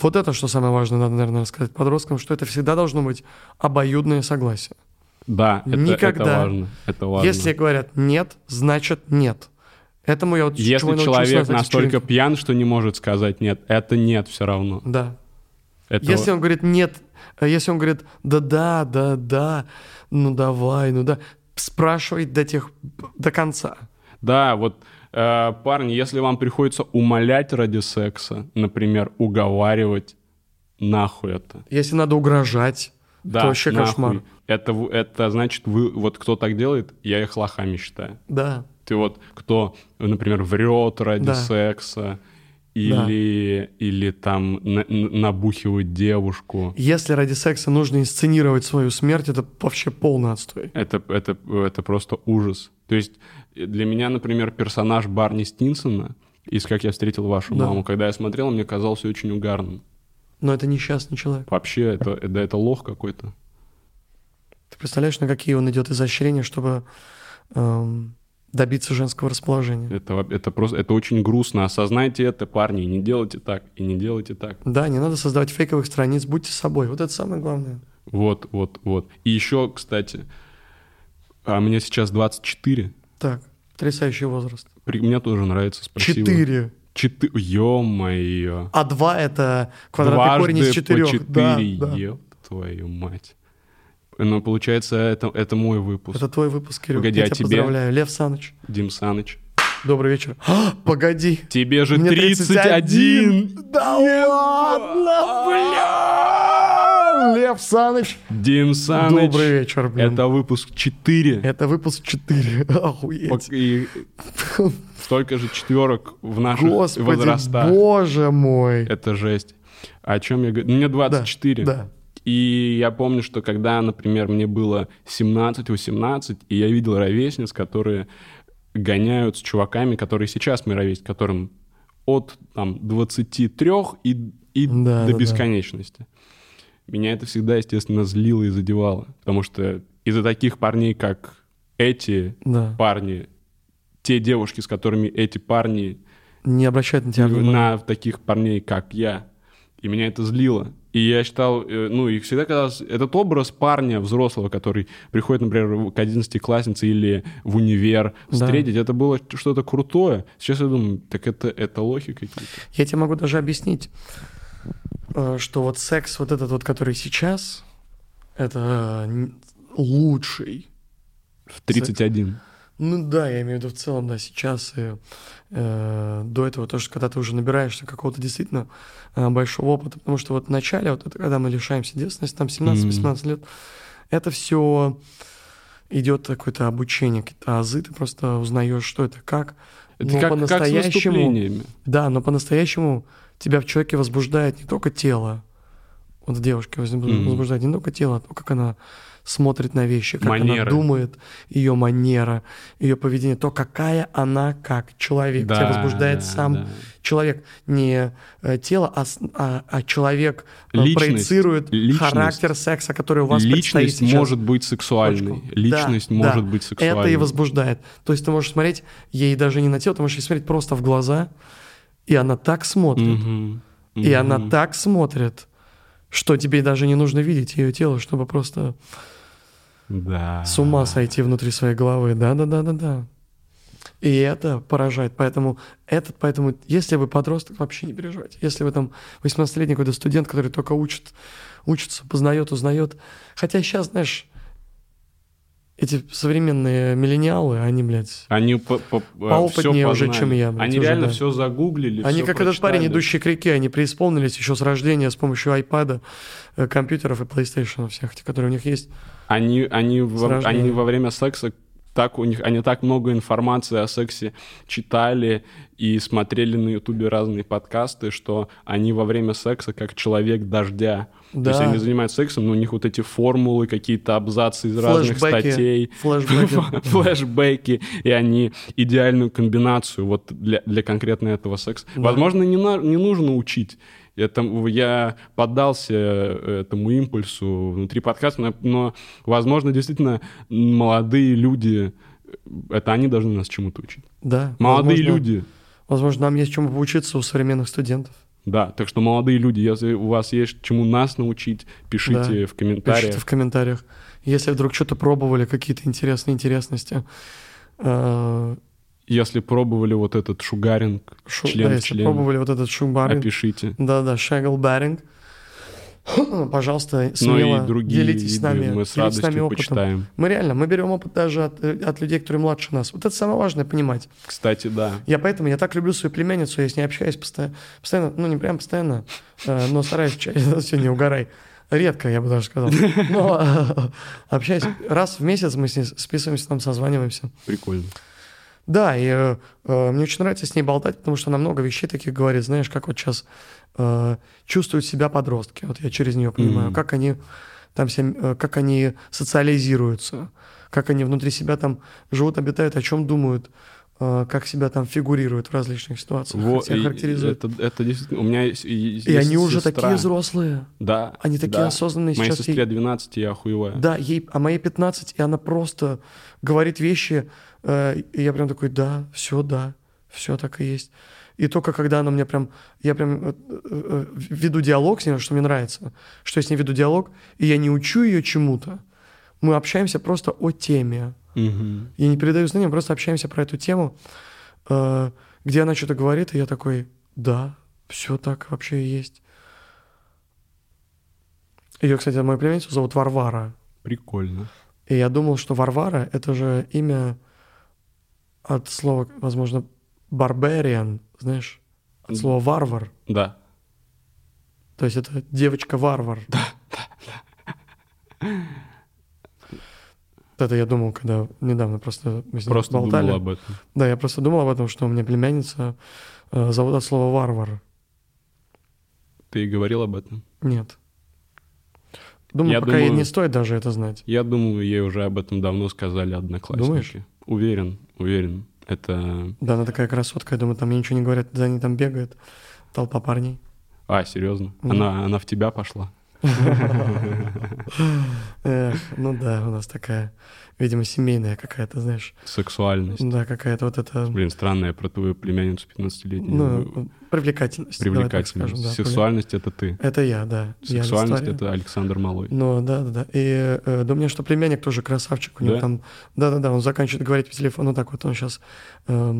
вот это, что самое важное, надо, наверное, рассказать подросткам, что это всегда должно быть обоюдное согласие. Да, это, Никогда. это важно. Это важно. Если говорят «нет», значит «нет». Этому я вот Если чего я научился человек на этой настолько вечеринке. пьян, что не может сказать нет, это нет все равно. Да. Это Если он говорит «нет», э, если он говорит «да-да, да-да», «ну давай, ну да», спрашивает до тех... до конца. Да, вот, э, парни, если вам приходится умолять ради секса, например, уговаривать, нахуй это. Если надо угрожать, Да, это вообще нахуй. кошмар. Это, в- это значит, вы, вот кто так делает, я их лохами считаю. Да. Ты вот кто, например, врет ради Да. секса, или, или там на- н- набухивает девушку. Если ради секса нужно инсценировать свою смерть, это вообще полный отстой. Это, это, это просто ужас. То есть э, для меня, например, персонаж Барни Стинсона из «Как я встретил вашу Да. маму», когда я смотрел, он мне казался очень угарным. Но это несчастный человек. Вообще, это, э, да это лох какой-то. Ты представляешь, на какие он идет изощрения, чтобы эм, добиться женского расположения? Это, во- это просто, это очень грустно. Осознайте это, парни, и не делайте так, и не делайте так. Да, не надо создавать фейковых страниц, будьте собой. Вот это самое главное. Вот, вот, вот. И еще, кстати, а мне сейчас 24. Так, потрясающий возраст. При- Мне тоже нравится, спасибо. Четыре. Четы... Ё-моё. А два это квадратный корень Дважды из четырех. по Да, четыре, да. ёб твою мать. Ну, получается, это, это мой выпуск. Это твой выпуск, Кирилл. Погоди, я а тебя тебе? поздравляю. Лев Саныч, Дим Саныч. добрый вечер. А, погоди. Тебе же Мне 31! а. 31. Да ладно, бля! Лев Саныч. Дим Саныч. Добрый вечер, блин. Это выпуск 4. Это выпуск 4. <laughs> Охуеть. И столько же четверок в наших Господи, возрастах. боже мой. Это жесть. О чем я говорю? Ну, Мне 24. да. И я помню, что когда, например, мне было 17-18, и я видел ровесниц, которые гоняют с чуваками, которые сейчас мы ровесник, которым от там, 23 и, и Да, да, до да. бесконечности. Меня это всегда, естественно, злило и задевало. Потому что из-за таких парней, как эти Да. парни, те девушки, с которыми эти парни Не обращает на тебя внимания. на таких парней, как я. И меня это злило. И я считал, э, ну, и всегда казалось, этот образ парня взрослого, который приходит, например, в- к 11-класснице или в универ Да. встретить, это было что-то крутое. Сейчас я думаю, так это, это лохи какие-то. Я тебе могу даже объяснить, э, что вот секс вот этот вот, который сейчас, это э, н- лучший. В 31. Ну да, я имею в виду в целом, да, сейчас и э, до этого, то, что когда ты уже набираешься какого-то действительно э, большого опыта, потому что вот в начале, вот это когда мы лишаемся девственности, там 17-18 лет, это все идет какое-то обучение, какие-то азы, ты просто узнаешь, что это, как. Это как, как Но с ну, по-настоящему- выступлениями. да, но по-настоящему тебя в человеке возбуждает не только тело. Вот в девушке возбу- Мгм. возбуждает не только тело, а то, как она смотрит на вещи, как она Манеры. думает, ее манера, ее поведение, то, какая она как человек. тебя возбуждает сам да. человек. Не э, тело, а, с- а- а человек э, Личность. проецирует Личность. характер секса, который у вас предстоит Личность сейчас. может быть сексуальной. Точку. Личность Да, может да. быть сексуальной. Это и возбуждает. То есть ты можешь смотреть ей даже не на тело, ты можешь ей смотреть просто в глаза, и она так смотрит, Мгм. и она Мгм. так смотрит, что тебе даже не нужно видеть ее тело, чтобы просто да. с ума сойти внутри своей головы. Да-да-да-да-да. И это поражает. Поэтому этот, поэтому, если вы подросток, вообще не переживайте. Если вы там 18-летний какой-то студент, который только учит, учится, познает, узнает. Хотя сейчас, знаешь, эти современные миллениалы, они, блядь, Они по, по- э, Поопытнее всё уже, познали. чем я, блядь, Они уже, реально да. все загуглили. Они всё как этот прочитали. парень, идущий к реке, они преисполнились еще с рождения с помощью айпада, э, компьютеров и PlayStation всех, те, которые у них есть. Они, они, С во, рождения. они во время секса так у них, они так много информации о сексе читали и смотрели на Ютубе разные подкасты, что они во время секса как человек дождя. То Да. есть они занимаются сексом, но у них вот эти формулы, какие-то абзацы из разных Флэшбэки, статей. <laughs> флэшбэки. флешбеки, и они идеальную комбинацию вот для, для конкретно этого секса. Возможно, не, на- не нужно учить. Я, там- я поддался э, этому импульсу внутри подкаста, но, но, возможно, действительно, молодые люди, э, это они должны нас чему-то учить. Да. Молодые возможно- люди. Возможно, нам есть чему поучиться у современных студентов. Да, так что, молодые люди, если у вас есть чему нас научить, пишите Да. в Пишите комментариях. в комментариях. Если вдруг что-то пробовали, какие-то интересные интересности. Э, Если пробовали вот этот шугаринг, шу- член да, в если член, пробовали вот этот шугбаринг. опишите. Да-да, шагл баринг. <clears throat> Пожалуйста, Ну смело и другие делитесь с игры нами. мы с делитесь с нами радостью опытом. почитаем. Мы реально, мы берем опыт даже от, э, от людей, которые младше нас. Вот это самое важное понимать. Кстати, да. Я поэтому, я так люблю свою племянницу, я с ней общаюсь постоянно, постоянно ну не прям постоянно, э, но стараюсь, ча- <laughs> все, не угорай. Редко, я бы даже сказал. Но <laughs> э, общаюсь. Раз в месяц мы с ней списываемся, там созваниваемся. Прикольно. Да, и э, э, мне очень нравится с ней болтать, потому что она много вещей таких говорит. Знаешь, как вот сейчас чувствуют себя подростки. Вот я через нее понимаю, Мгм. как они там себя, э, как они социализируются, как они внутри себя там живут, обитают, о чем думают, э, как себя там фигурируют в различных ситуациях, Во, как себя и- характеризуют. Это, это действительно... У меня есть, и- есть И они уже сестра. такие взрослые. Да. Они такие да. осознанные Моей сейчас. сестре Ей- 12, я охуеваю. да, ей, а моей 15, и она просто говорит вещи, э, и я прям такой, да, все, да, все так и есть. И только когда она мне прям, я прям э, э, веду диалог с ней, что мне нравится, что я с ней веду диалог, и я не учу ее чему-то, мы общаемся просто о теме. Мгм. Я не передаю знания, мы просто общаемся про эту тему, э, где она что-то говорит, и я такой, да, все так вообще и есть. Ее, кстати, мою племянницу зовут Варвара. Прикольно. И я думал, что Варвара — это же имя от слова, возможно, «барбариан», знаешь, от слова «варвар». Да. <laughs> То есть это девочка-варвар. Да, да, Это я думал, когда недавно просто мы с ней Просто болтали. думал об этом. Да, я просто думал об этом, что у меня племянница э, зовут от слова варвар. Ты и говорил об этом. Нет. Думаю, Я пока ей думаю- не стоит даже это знать. Я думаю, ей уже об этом давно сказали одноклассники. Думаешь? Уверен, уверен. Это... Да, она такая красотка, я думаю, там ей ничего не говорят, за ней там бегает толпа парней. А, серьезно? Мгм. Она, она в тебя пошла? Эх, ну да, у нас такая, видимо, семейная какая-то, знаешь. Сексуальность. Да, какая-то вот эта... Блин, странно, я про твою племянницу 15-летнюю. Ну, привлекательность. давай так привлекательность. скажем, да, Сексуальность — это ты. привлек- Это я, да. я Сексуальность — Вистария. это Александр Малой. Ну, да, да, да. И э, да, у меня что племянник тоже красавчик, у него Да? там, да, да, да, он заканчивает говорить по телефону, так вот он сейчас на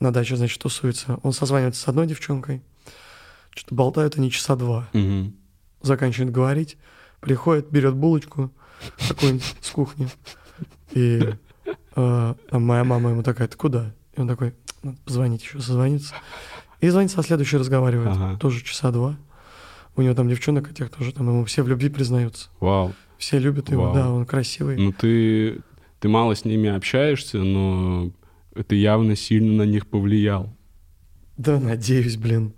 даче, значит, тусуется. Он созванивается с одной девчонкой, что-то болтают они часа два, Мгм. заканчивает говорить, приходит, берет булочку какую-нибудь с кухни, и э, а моя мама ему такая, ты куда? И он такой, надо позвонить еще, созвониться. И звонится, а следующий разговаривает, Ага. тоже часа два. У него там девчонок этих тоже, там ему все в любви признаются. Вау. Все любят его, Вау. да, он красивый. Ну ты, ты мало с ними общаешься, но ты явно сильно на них повлиял. Да, надеюсь, блин.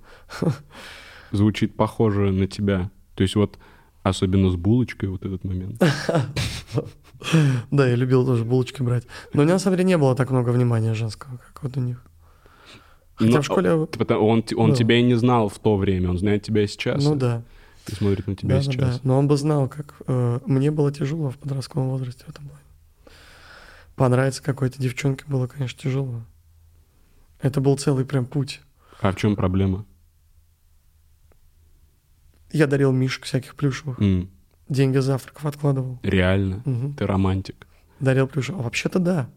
Звучит похоже на тебя. То есть вот особенно с булочкой вот этот <laughs> момент. Да, я любил тоже булочки брать. Но у меня, на самом деле, не было так много внимания женского, как вот у них. Хотя Но в ну школе... ты потом- Он, т- он Да. тебя и не знал в то время, он знает тебя и сейчас. Ну да, И смотрит на тебя да, да, да. сейчас. Но он бы знал, как... э, мне было тяжело в подростковом возрасте в этом плане. Понравиться какой-то девчонке было, конечно, тяжело. Это был целый прям путь. А в чем проблема? Я дарил мишек всяких плюшевых. М, Деньги с завтраков откладывал. реально? Мгм. Ты романтик. Дарил плюшевых. А вообще-то да.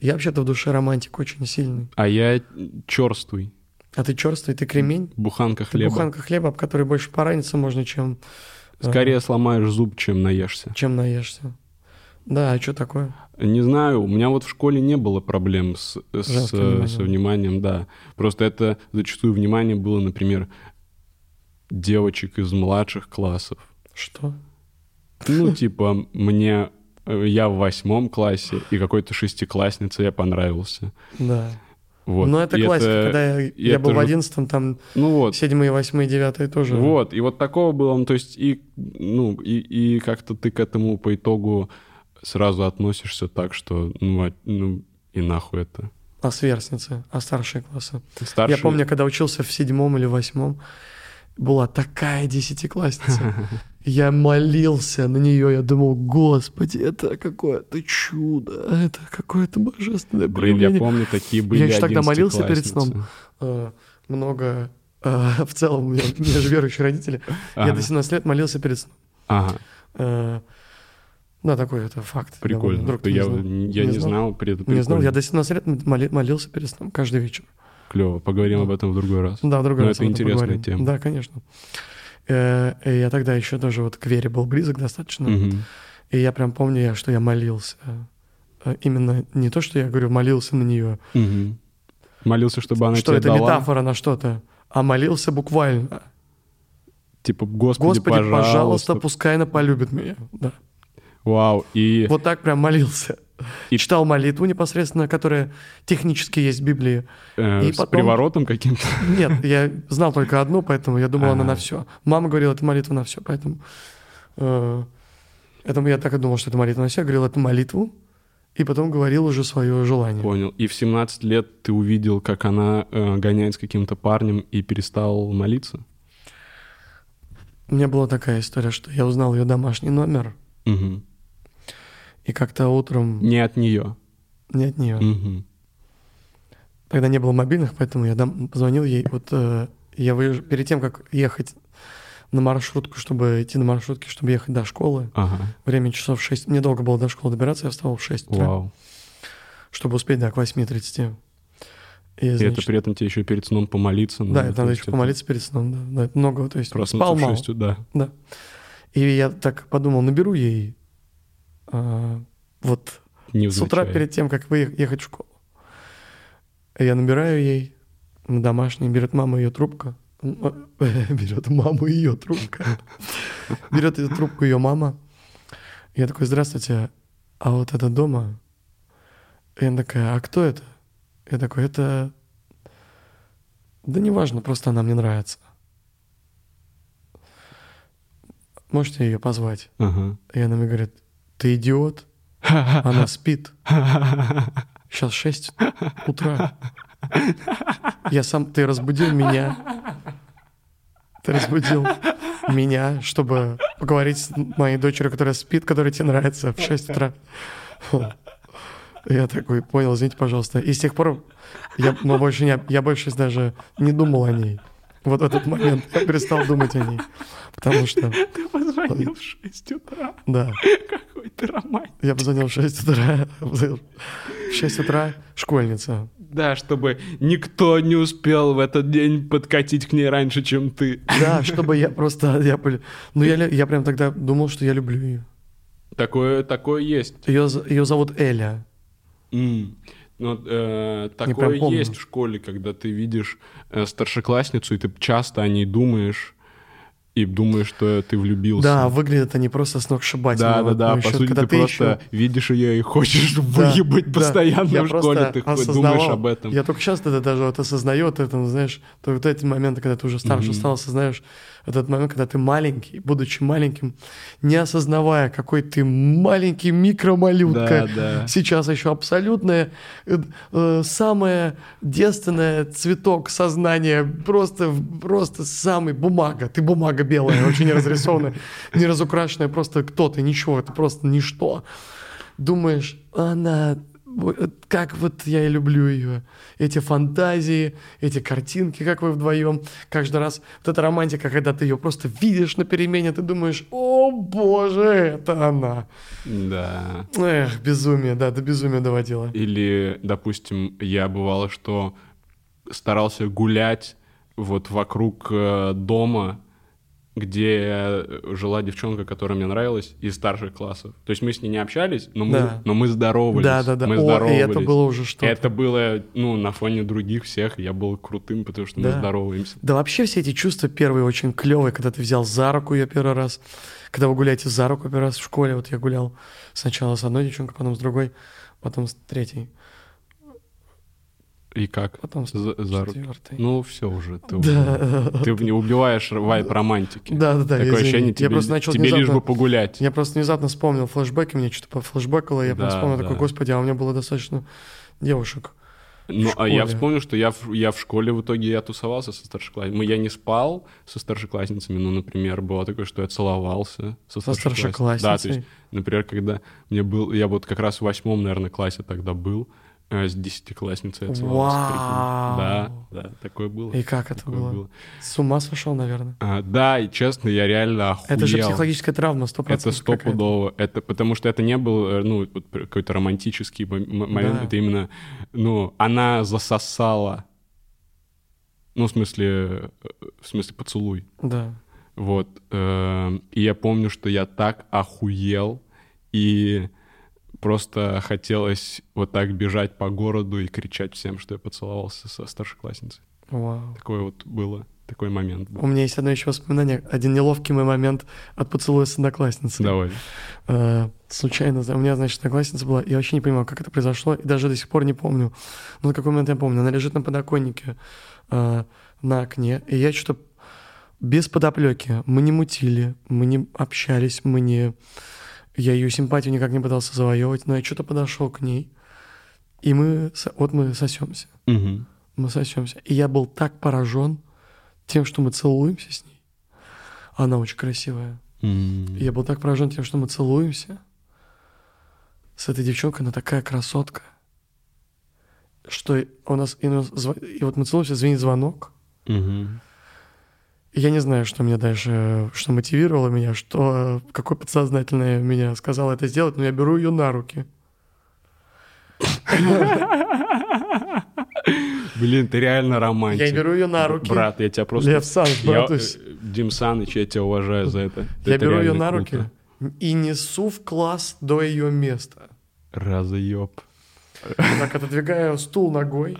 Я вообще-то в душе романтик очень сильный. А я черствый. А ты черствый, ты кремень. Буханка Ты хлеба. буханка хлеба, об которой больше пораниться можно, чем, э, Скорее сломаешь зуб, чем наешься. чем наешься. Да, а что такое? Не знаю, у меня вот в школе не было проблем с, с- э, Женским вниманием. со вниманием, да. Просто это зачастую внимание было, например, девочек из младших классов. Что? <laughs> Ну, типа, мне э, я в восьмом классе, и какой-то шестикласснице я понравился. Да. Вот. Но Ну, это И классика, когда я, и я это был в же- 11 там Ну вот, 7 восьмые, 9 тоже. Вот, и вот такого было, ну, то есть и, ну, и, и как-то ты к этому по итогу сразу относишься так, что, ну, а- ну, и нахуй это. А сверстницы, а старшие классы. Старший, <laughs> Я помню, когда учился в седьмом или восьмом, была такая десятиклассница. Я молился на нее, я думал, господи, это какое-то чудо, это какое-то божественное Блин, я проявление». помню, такие были еще тогда молился перед 11-классницы. сном. э, много... э, В целом, у меня, у меня же верующие родители. Я Ага. до 17 лет молился перед сном. Ага, Э, Да, такой это факт. прикольно. Вдруг То ты не я знал. я не знал, при этом Не знал, я до 17 лет моли- молился перед сном каждый вечер. Клево, поговорим об этом в другой раз. Да, в другой Ну, раз это об этом интересная поговорим. тема. Да, конечно. Э, и Я тогда еще даже вот к вере был близок достаточно. Мгм. И я прям помню, я- что я молился. Э, Именно не то, что я говорю, молился на нее, Мгм. Молился, чтобы она что тебе это дала, метафора на что-то, а молился буквально. типа, Господи, Господи, пожалуйста, пожалуйста. пускай она полюбит меня. Да. Вау, и... Вот так прям молился. И- И... Читал молитву непосредственно, которая технически есть в Библии. Э, И с потом- приворотом каким-то. Нет, я знал только одну, поэтому я думал, она Ага. на все. Мама говорила, это молитва на все, поэтому... э, этому я так и думал, что это молитва на все. Я говорил, это молитву, и потом говорил уже свое <laughs> желание. Понял. И в 17 лет ты увидел, как она э, гоняет с каким-то парнем и перестал молиться? У меня была такая история, что я узнал ее домашний номер, Мгм. и как-то утром... Не от нее. Не от нее. Мгм. Тогда не было мобильных, поэтому я дам, позвонил ей. Вот э, я выезж- перед тем, как ехать на маршрутку, чтобы идти на маршрутке, чтобы ехать до школы, Ага. время часов 6. Мне долго было до школы добираться, я вставал в 6 утра, Вау. чтобы успеть, да, к 8.30. И, И значит, это при ну, этом тебе еще перед сном помолиться надо. Да, это то надо есть еще помолиться перед сном, да. да, это много, то есть Проснуться спал в мало. шестью, да. И я так подумал, наберу ей а, вот Не с утра перед тем, как выехать в школу. Я набираю ей на домашний, берет мама ее трубка. М, <laughs> э, Берет маму ее трубка. Берет ее трубку ее мама. Я такой, здравствуйте, а вот это дома? И она такая, а кто это? Я такой, это... Да неважно, просто она мне нравится. Можете ее позвать? Ага. И она мне говорит, ты идиот? Она спит. Сейчас 6 утра. Я сам... Ты разбудил меня. Ты разбудил меня, чтобы поговорить с моей дочерью, которая спит, которая тебе нравится, в 6 утра. Я такой, понял, извините, пожалуйста. И с тех пор я, мы больше не, я больше даже не думал о ней. Вот в этот момент я перестал думать о ней. Потому что, Ты позвонил в 6 утра. да, Какой ты романтик. я позвонил в 6 утра. В 6 утра школьница. Да, чтобы никто не успел в этот день подкатить к ней раньше, чем ты. Да, чтобы я просто... Я, пол- ну, я, лю- я прям тогда думал, что я люблю ее. Такое, такое есть. Ее, з- ее зовут Эля. М. Ну, э, прям такое помню. есть в школе, когда ты видишь э, старшеклассницу, и ты часто о ней думаешь, и думаешь, что ты влюбился. Да, выглядят они просто сногсшибательно. Да, да, Вот, да. ну, По ещё сути, когда ты, просто ещё- видишь ее и хочешь Да, выебать да. постоянно Я в школе. просто Ты хоть осознавал. думаешь об этом. Я только сейчас это даже вот осознаю, вот это, ну, знаешь, то вот эти моменты, когда ты уже старше стал, осознаешь вот этот момент, когда ты маленький, будучи маленьким, не осознавая, какой ты маленький Да, микромалютка. да. Сейчас еще абсолютное, э, э, самое девственное цветок сознания, просто, просто самый бумага. Ты бумага белая, вообще не разрисованная, не разукрашенная, просто кто ты, ничего, это просто ничто думаешь, она, вот как вот я и люблю ее. Эти фантазии, эти картинки, как вы вдвоем. Каждый раз вот эта романтика, когда ты ее просто видишь на перемене, ты думаешь, о боже, это она. Да. Эх, безумие, да, до безумия доводила. Или, допустим, я бывало, что старался гулять вот вокруг э, дома, где э, жила девчонка, которая мне нравилась, из старших классов. То есть мы с ней не общались, но мы, Да. но мы здоровались. Да, да, да. Мы О, и здоровались. это было уже что-то. Это было, ну, на фоне других всех я был крутым, потому что мы Да. здороваемся. Да вообще все эти чувства первые очень клевые, когда ты взял за руку ее первый раз, когда вы гуляете за руку первый раз в школе. Вот я гулял сначала с одной девчонкой, потом с другой, потом с третьей, И как? потом с За- за руки. четвертой. Ну, все уже. Ты, Да. уже- ты не убиваешь вайп романтики. Да, да, да. Такое ощущение, тебе, я просто начал тебе лишь внезапно- бы погулять. Я просто внезапно вспомнил флешбеки, мне что-то пофлешбекало, я прям Да, вспомнил да. такой, господи, а у меня было достаточно девушек. Ну, а я школе. вспомнил, что я в, я в школе в итоге я тусовался со старшеклассницами. Я не спал со старшеклассницами, но, например, было такое, что я целовался со, Со старшеклассницей. Да, то есть, старшеклассницей? например, когда мне был... Я вот как раз в восьмом, наверное, классе тогда был, э, с десятиклассницей я целовался. прикинь. Вау! Да, да, такое было. И как это Такое было? было. С ума сошел, наверное. А, да, и честно, я реально охуел. Это же психологическая травма, сто Это процентов. какая-то. стопудово. Это потому что это не был э, ну вот пр- какой-то романтический мом- м- момент. Да. Это именно ну она засосала. Ну в смысле э, в смысле поцелуй. Да. Вот эм, и я помню, что я так охуел и просто хотелось вот так бежать по городу и кричать всем, что я поцеловался со старшеклассницей. Вау. Такое вот было такой момент. был. У меня есть одно еще воспоминание, один неловкий мой момент от поцелуя с одноклассницей. Давай. Э, случайно, за- у меня, значит, одноклассница была, я вообще не понимаю, как это произошло, и даже до сих пор не помню. Но на какой момент я помню, она лежит на подоконнике, э, на окне, и я что-то без подоплеки, мы не мутили, мы не общались, мы не... Я ее симпатию никак не пытался завоевывать, но я что-то подошел к ней, и мы... со- Вот мы сосемся, Мгм. мы сосемся. И я был так поражен тем, что мы целуемся с ней. Она очень красивая. М. Я был так поражен тем, что мы целуемся. С этой девчонкой она такая красотка. Что и- у нас... И, у нас зв- и вот мы целуемся, звенит звонок. Мгм. И я не знаю, что меня дальше... Что мотивировало меня, что... Какое подсознательное меня сказало это сделать, но я беру ее на руки. Блин, ты реально романтик. Я беру ее на руки. Брат, я тебя просто... Лев Саныч, Я, братусь. э, Дим Саныч, я тебя уважаю за это. Я Это беру ее реально на круто. руки и несу в класс до ее места. Разъеб. Так отодвигаю стул ногой.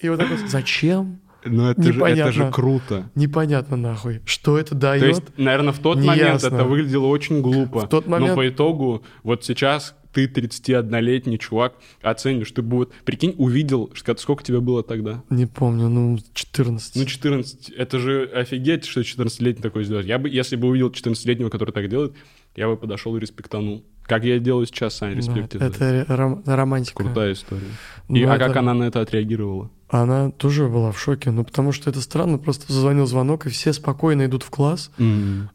И вот так вот... Зачем? Но это, же, это же Непонятно. А круто. Непонятно нахуй, что это дает. То есть, наверное, в тот момент неясно. это выглядело очень глупо. В тот момент- Но по итогу, вот сейчас ты 31-летний чувак, оценишь, ты будет... Прикинь, увидел, что- сколько тебе было тогда? Не помню, ну, 14. Ну, 14, это же офигеть, что 14-летний такой сделает. Я бы, если бы увидел 14-летнего, который так делает, я бы подошел и респектанул. Как я и делаю сейчас, Сань, Да, респектит. Ну, это ре- ром- романтика. Крутая история. Ну, И, а это- как она на это отреагировала? Она тоже была в шоке, ну потому что это странно, просто зазвонил звонок, и все спокойно идут в класс,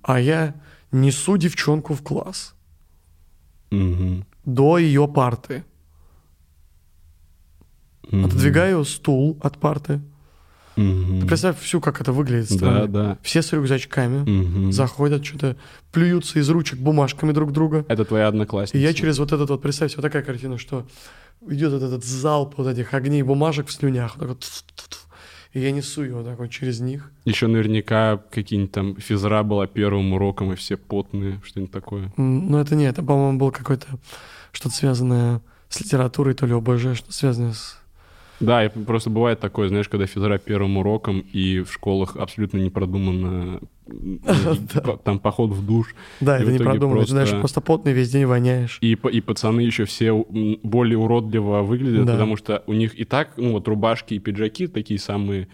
а я несу девчонку в класс Мгм. до ее парты. Мгм. Отодвигаю стул от парты. Мгм. Ты представь всю, как это выглядит со Да, стороны. да. Все с рюкзачками Мгм. заходят, что-то плюются из ручек бумажками друг друга. Это твоя И одноклассница. я через вот этот вот, представь, вот такая картина, что идет вот этот залп вот этих огней бумажек в слюнях. вот так вот тф-тф-тф. и я несу ее вот так вот через них. Еще наверняка какие-нибудь там физра была первым уроком, и все потные, что-нибудь такое. М, Ну, это не, это, по-моему, был какой-то что-то связанное с литературой, то ли ОБЖ, что связанное с... Да, и просто бывает такое, знаешь, когда физра первым уроком, и в школах абсолютно не продумано <laughs> м, по- там поход в душ. Да, И это в не итоге продумано. Ты, знаешь, просто- просто потный весь день воняешь. И, п- и пацаны еще все м, более уродливо выглядят, Да. потому что у них и так, ну вот рубашки и пиджаки такие самые,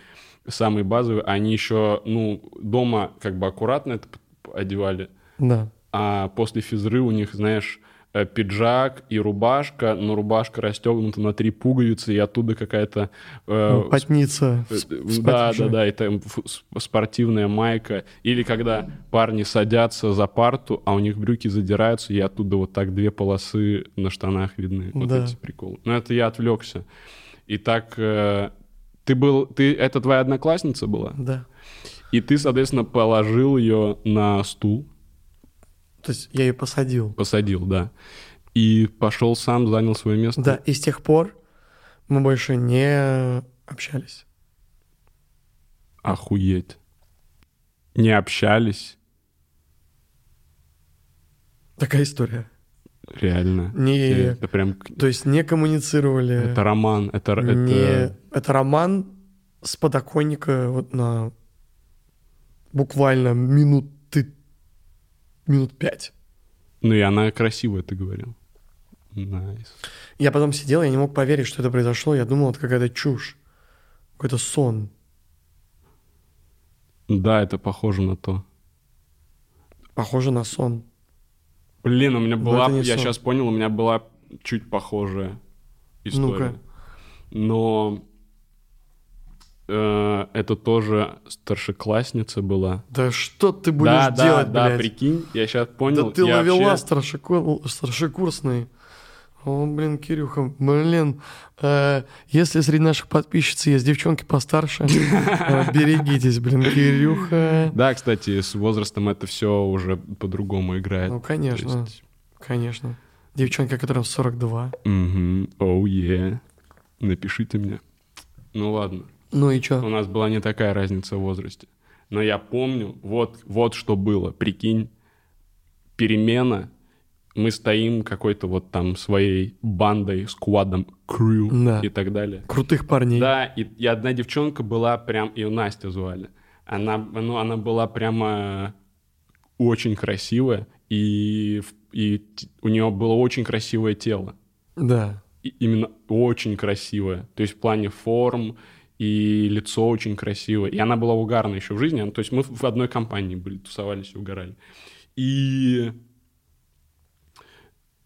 самые базовые, они еще, ну, дома как бы аккуратно это п- одевали, Да. а после физры у них, знаешь, э, пиджак и рубашка, но рубашка расстегнута на три пуговицы, и оттуда какая-то... э, Ну, Потница. Э, всп- Да, да, вспотевшая. да, и там фу- с- спортивная майка. Или когда парни садятся за парту, а у них брюки задираются, и оттуда вот так две полосы на штанах видны. Вот Да. эти приколы. Но это я отвлекся. И так э, ты был, ты это твоя одноклассница была, Да. и ты, соответственно, положил ее на стул, То есть я ее посадил. посадил, да, и пошел сам, занял свое место. Да, и с тех пор мы больше не общались. Охуеть. Не общались, Такая история. реально. Э, Не- Это прям к- То есть не коммуницировали. Это роман, это... р- не... это... это роман с подоконника вот на буквально минуты... Минут пять. Ну и она красиво это говорила. Найс. Я потом сидел, я не мог поверить, что это произошло. Я думал, это какая-то чушь. Какой-то сон. Да, это похоже на то. Похоже на сон. Блин, у меня Но была... Ну, это не Я сон. сейчас понял, у меня была чуть похожая история. Ну-ка. Но э, это тоже старшеклассница была. Да что ты будешь да, делать, да, да, блядь? прикинь, я сейчас понял. да ты я вообще- ловила старшеку- старшекурсный. О, блин, Кирюха, блин, э, если среди наших подписчиц есть <laughs> девчонки постарше, э, берегитесь, блин, Кирюха. Да, кстати, с возрастом это все уже по-другому играет. Ну, То конечно, есть- конечно. Девчонка, которым 42. Мгм. Оу, е. Напишите мне. Ну ладно. Ну и У чё? нас была не такая разница в возрасте. Но я помню, вот, вот что было. Прикинь, перемена. Мы стоим какой-то вот там своей бандой, сквадом, крю Да. и так далее. Крутых парней. Да, и, и одна девчонка была прям, ее Настя звали. Она, ну, она была прямо очень красивая, и, в- и т- у нее было очень красивое тело Да. и- именно очень красивая. То есть в плане форм и лицо очень красивое. И она была угарна еще в жизни. Ну, То есть мы в одной компании были, тусовались и угорали. И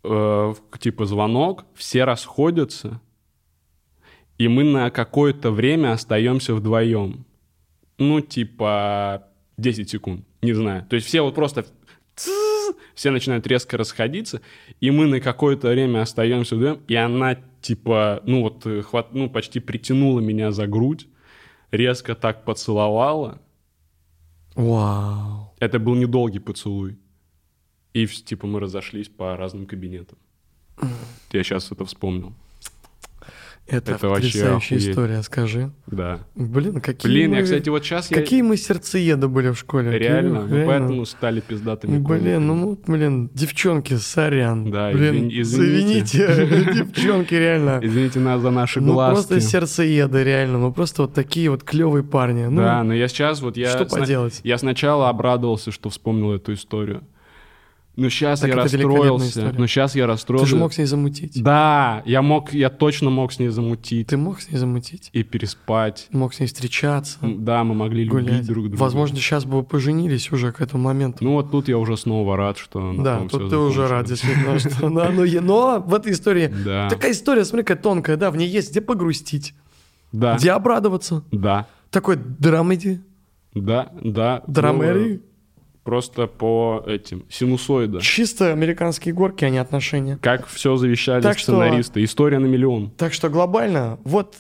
э, типа звонок, все расходятся, и мы на какое-то время остаемся вдвоем. Ну, типа 10 секунд, не знаю. То есть все вот просто «Цзз», все начинают резко расходиться, и мы на какое-то время остаемся вдвоем, и она типа, ну вот, э, хват, ну, почти притянула меня за грудь, резко так поцеловала. Вау. Это был недолгий поцелуй. И вс- типа мы разошлись по разным кабинетам. Я сейчас это вспомнил. Это, Это вообще потрясающая охуеть. история, скажи. Да. Блин, какие Блин, мы... я, кстати, вот сейчас я... Какие мы сердцееды были в школе. Реально, Кирилл, мы реально. поэтому стали пиздатыми. Блин, комиками. ну, вот, блин, девчонки, сорян. Да, блин, извини- извините. извините, <laughs> девчонки, реально. Извините нас за наши Ну, просто глазки. сердцееды, реально. Ну, просто вот такие вот клевые парни. Ну, Да, но я сейчас вот я... что сна- поделать? Я сначала обрадовался, что вспомнил эту историю. Но сейчас Так я это великолепная расстроился. история. Но сейчас я расстроился. Ты же мог с ней замутить. Да, я мог, я точно мог с ней замутить Ты мог с ней замутить. и переспать. Мог с ней встречаться, М, Да, мы могли гулять. любить друг друга. Возможно, сейчас бы вы поженились уже к этому моменту. Ну вот тут я уже снова рад, что... на да, том тут Ну, всё ты уже закончилось. рад, действительно, что да, но, е- но в этой истории Да. такая история, смотри, какая тонкая, да, в ней есть где погрустить, Да. где обрадоваться. Да. Такой драмеди, Да, да. драмери. Ну, э, Просто по этим, синусоида. Чисто американские горки, а не отношения. Как все завещали Так что- сценаристы. История на миллион. Так что глобально, вот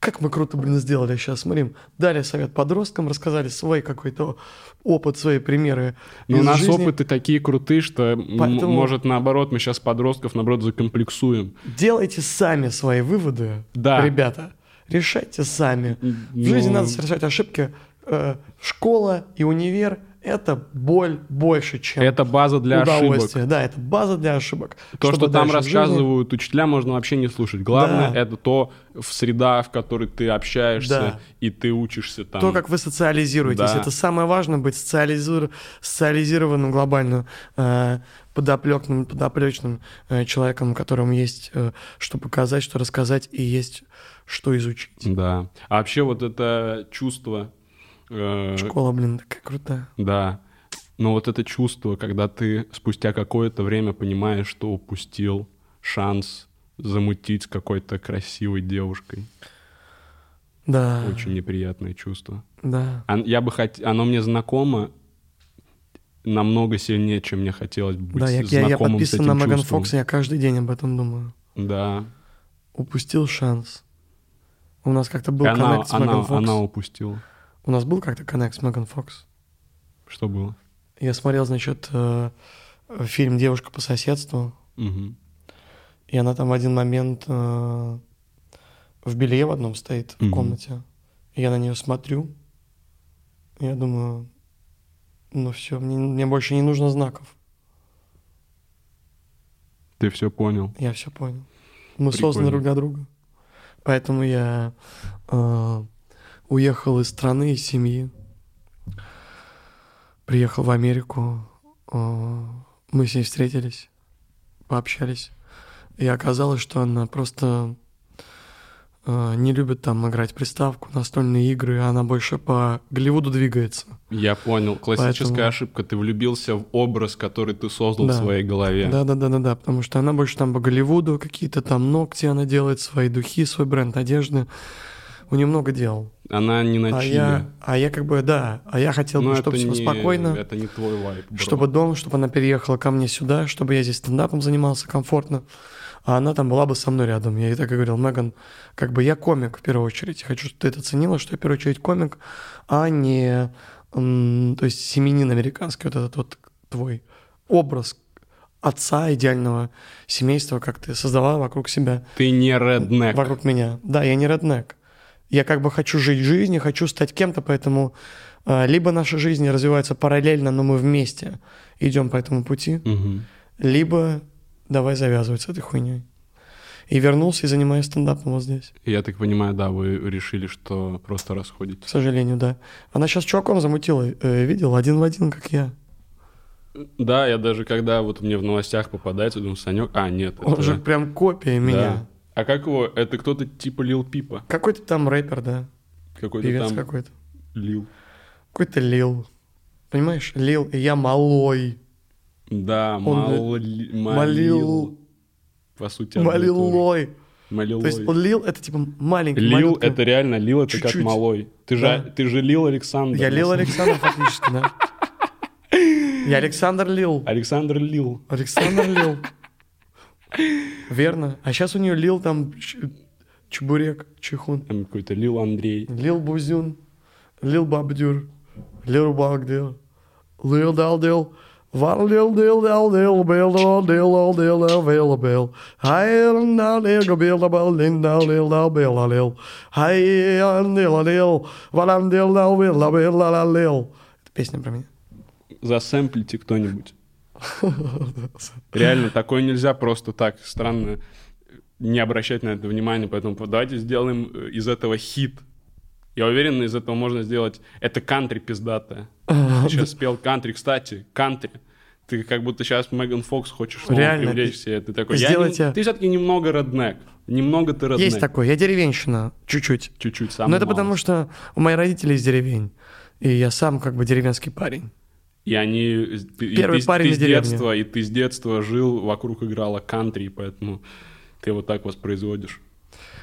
как мы круто, блин, сделали сейчас, смотрим. Дали совет подросткам, рассказали свой какой-то опыт, свои примеры Но у из нас жизни. опыты такие крутые, что, м, Поэтому- может, наоборот, мы сейчас подростков, наоборот, закомплексуем. Делайте сами свои выводы, Да. ребята. Решайте сами. М, В жизни ну- надо совершать ошибки. Э, Школа и универ — это боль больше, чем Это база для ошибок. удовольствие. Да, это база для ошибок. То, Чтобы что там дальше в жизни- рассказывают учителя, можно вообще не слушать. Главное, Да. это то в среда, в которой ты общаешься Да. и ты учишься там. То, как вы социализируетесь. Да. Это самое важное, быть социализир- социализированным глобально э, подоплекным, подоплечным э, человеком, которому есть э, что показать, что рассказать и есть что изучить. Да. А вообще вот это чувство... э, Школа, блин, такая крутая. Да. Но вот это чувство, когда ты спустя какое-то время понимаешь, что упустил шанс замутить с какой-то красивой девушкой. Да. Очень неприятное чувство. Да. Ан- Я бы хот... Оно мне знакомо намного сильнее, чем мне хотелось бы быть да, я, я- я знакомым с подписан этим на Меган чувством. Фокс, и я каждый день об этом думаю. Да. Упустил шанс. У нас как-то был И она, коннект с она, Меган Фокс. она упустила. У нас был как-то коннект с Меган Фокс. Что было? Я смотрел, значит, э, фильм «Девушка по соседству», Мгм. и она там в один момент э, в белье в одном стоит в Мгм. комнате. И я на нее смотрю, и я думаю, ну все, мне, мне больше не нужно знаков. Ты все понял. Я все понял. Мы Прикольно. созданы друг для друга. Поэтому я э, уехал из страны, из семьи. Приехал в Америку. Э, мы с ней встретились, пообщались. И оказалось, что она просто э, не любит там играть в приставку, настольные игры. Она больше по Голливуду двигается. Я понял. Классическая Поэтому- ошибка. Ты влюбился в образ, который ты создал Да. в своей голове. Да, да, да, да, да, потому что она больше там по Голливуду, какие-то там ногти она делает, свои духи, свой бренд одежды. У нее много дел. Она не на А чиле. я, а я как бы, да, а я хотел Но бы, это чтобы все не- спокойно, Это не твой вайп, бро. чтобы дом, чтобы она переехала ко мне сюда, чтобы я здесь стендапом занимался комфортно, а она там была бы со мной рядом. Я ей так и говорил, Меган, как бы я комик в первую очередь, хочу, чтобы ты это ценила, что я в первую очередь комик, а не, м, то есть семенин американский, вот этот вот твой образ отца идеального семейства, как ты создавала вокруг себя. Ты не реднек. Вокруг меня. Да, я не реднек. Я как бы хочу жить жизнь, я хочу стать кем-то, поэтому э, либо наши жизни развиваются параллельно, но мы вместе идем по этому пути, Мгм. либо давай завязывать с этой хуйней. И вернулся и занимаюсь стендапом вот здесь. Я так понимаю, да, вы решили, что просто К расходитесь. сожалению, да. Она сейчас чуваком замутила, э, видел, один в один, как я. Да, я даже когда вот мне в новостях попадается, думаю, Санек... А, нет. Он это- же прям копия Да. меня. А как его? Это кто-то типа Лил Пипа. Какой-то там рэпер, да. Какой-то Певец там какой-то. Лил. Какой-то Лил. Понимаешь? Лил, и я малой. Да, мал... Он малил. Малил. По сути, одно и то же. Малилой. Малилой. То есть он лил, это типа маленький. Лил маленький. это реально, Лил это как Чуть-чуть. малой. Ты, же, а, Да. ты же Лил Александр. Я на лил самом- Александр фактически, да. Я Александр лил. Александр Лил. Александр лил. Верно. А сейчас у нее лил там ч- чебурек, чехун. Там какой-то Лил Андрей. Лил бузюн, лил бабдюр, лил багдел, лил далдел. Варлил дил дал дил бил дал дил дал дил дал бил бил. Айн дал дил бил дал дил дал дил дал бил дал дил. Айн дил дил валан дил дал бил дал бил дал дил. Это песня про меня. <laughs> Засэмплите кто-нибудь. Реально, такое нельзя просто так странно не обращать на это внимания, поэтому давайте сделаем э, из этого хит. Я уверен, из этого можно сделать... Это кантри пиздатая. А, Сейчас спел кантри. Кстати, кантри. Ты как будто сейчас Меган Фокс хочешь снова Реально. привлечь себе. Ты такой, я Сделайте- не- ты все-таки немного роднек. Немного ты роднек. Есть такое. Я деревенщина. Чуть-чуть. Чуть-чуть, самое Но это мало. потому, что у моих родителей из деревень. И я сам как бы деревенский парень. И они... э, ты- и Первый ты, парень ты из с деревни. детства, и ты с детства жил, вокруг играла кантри, поэтому ты вот так воспроизводишь.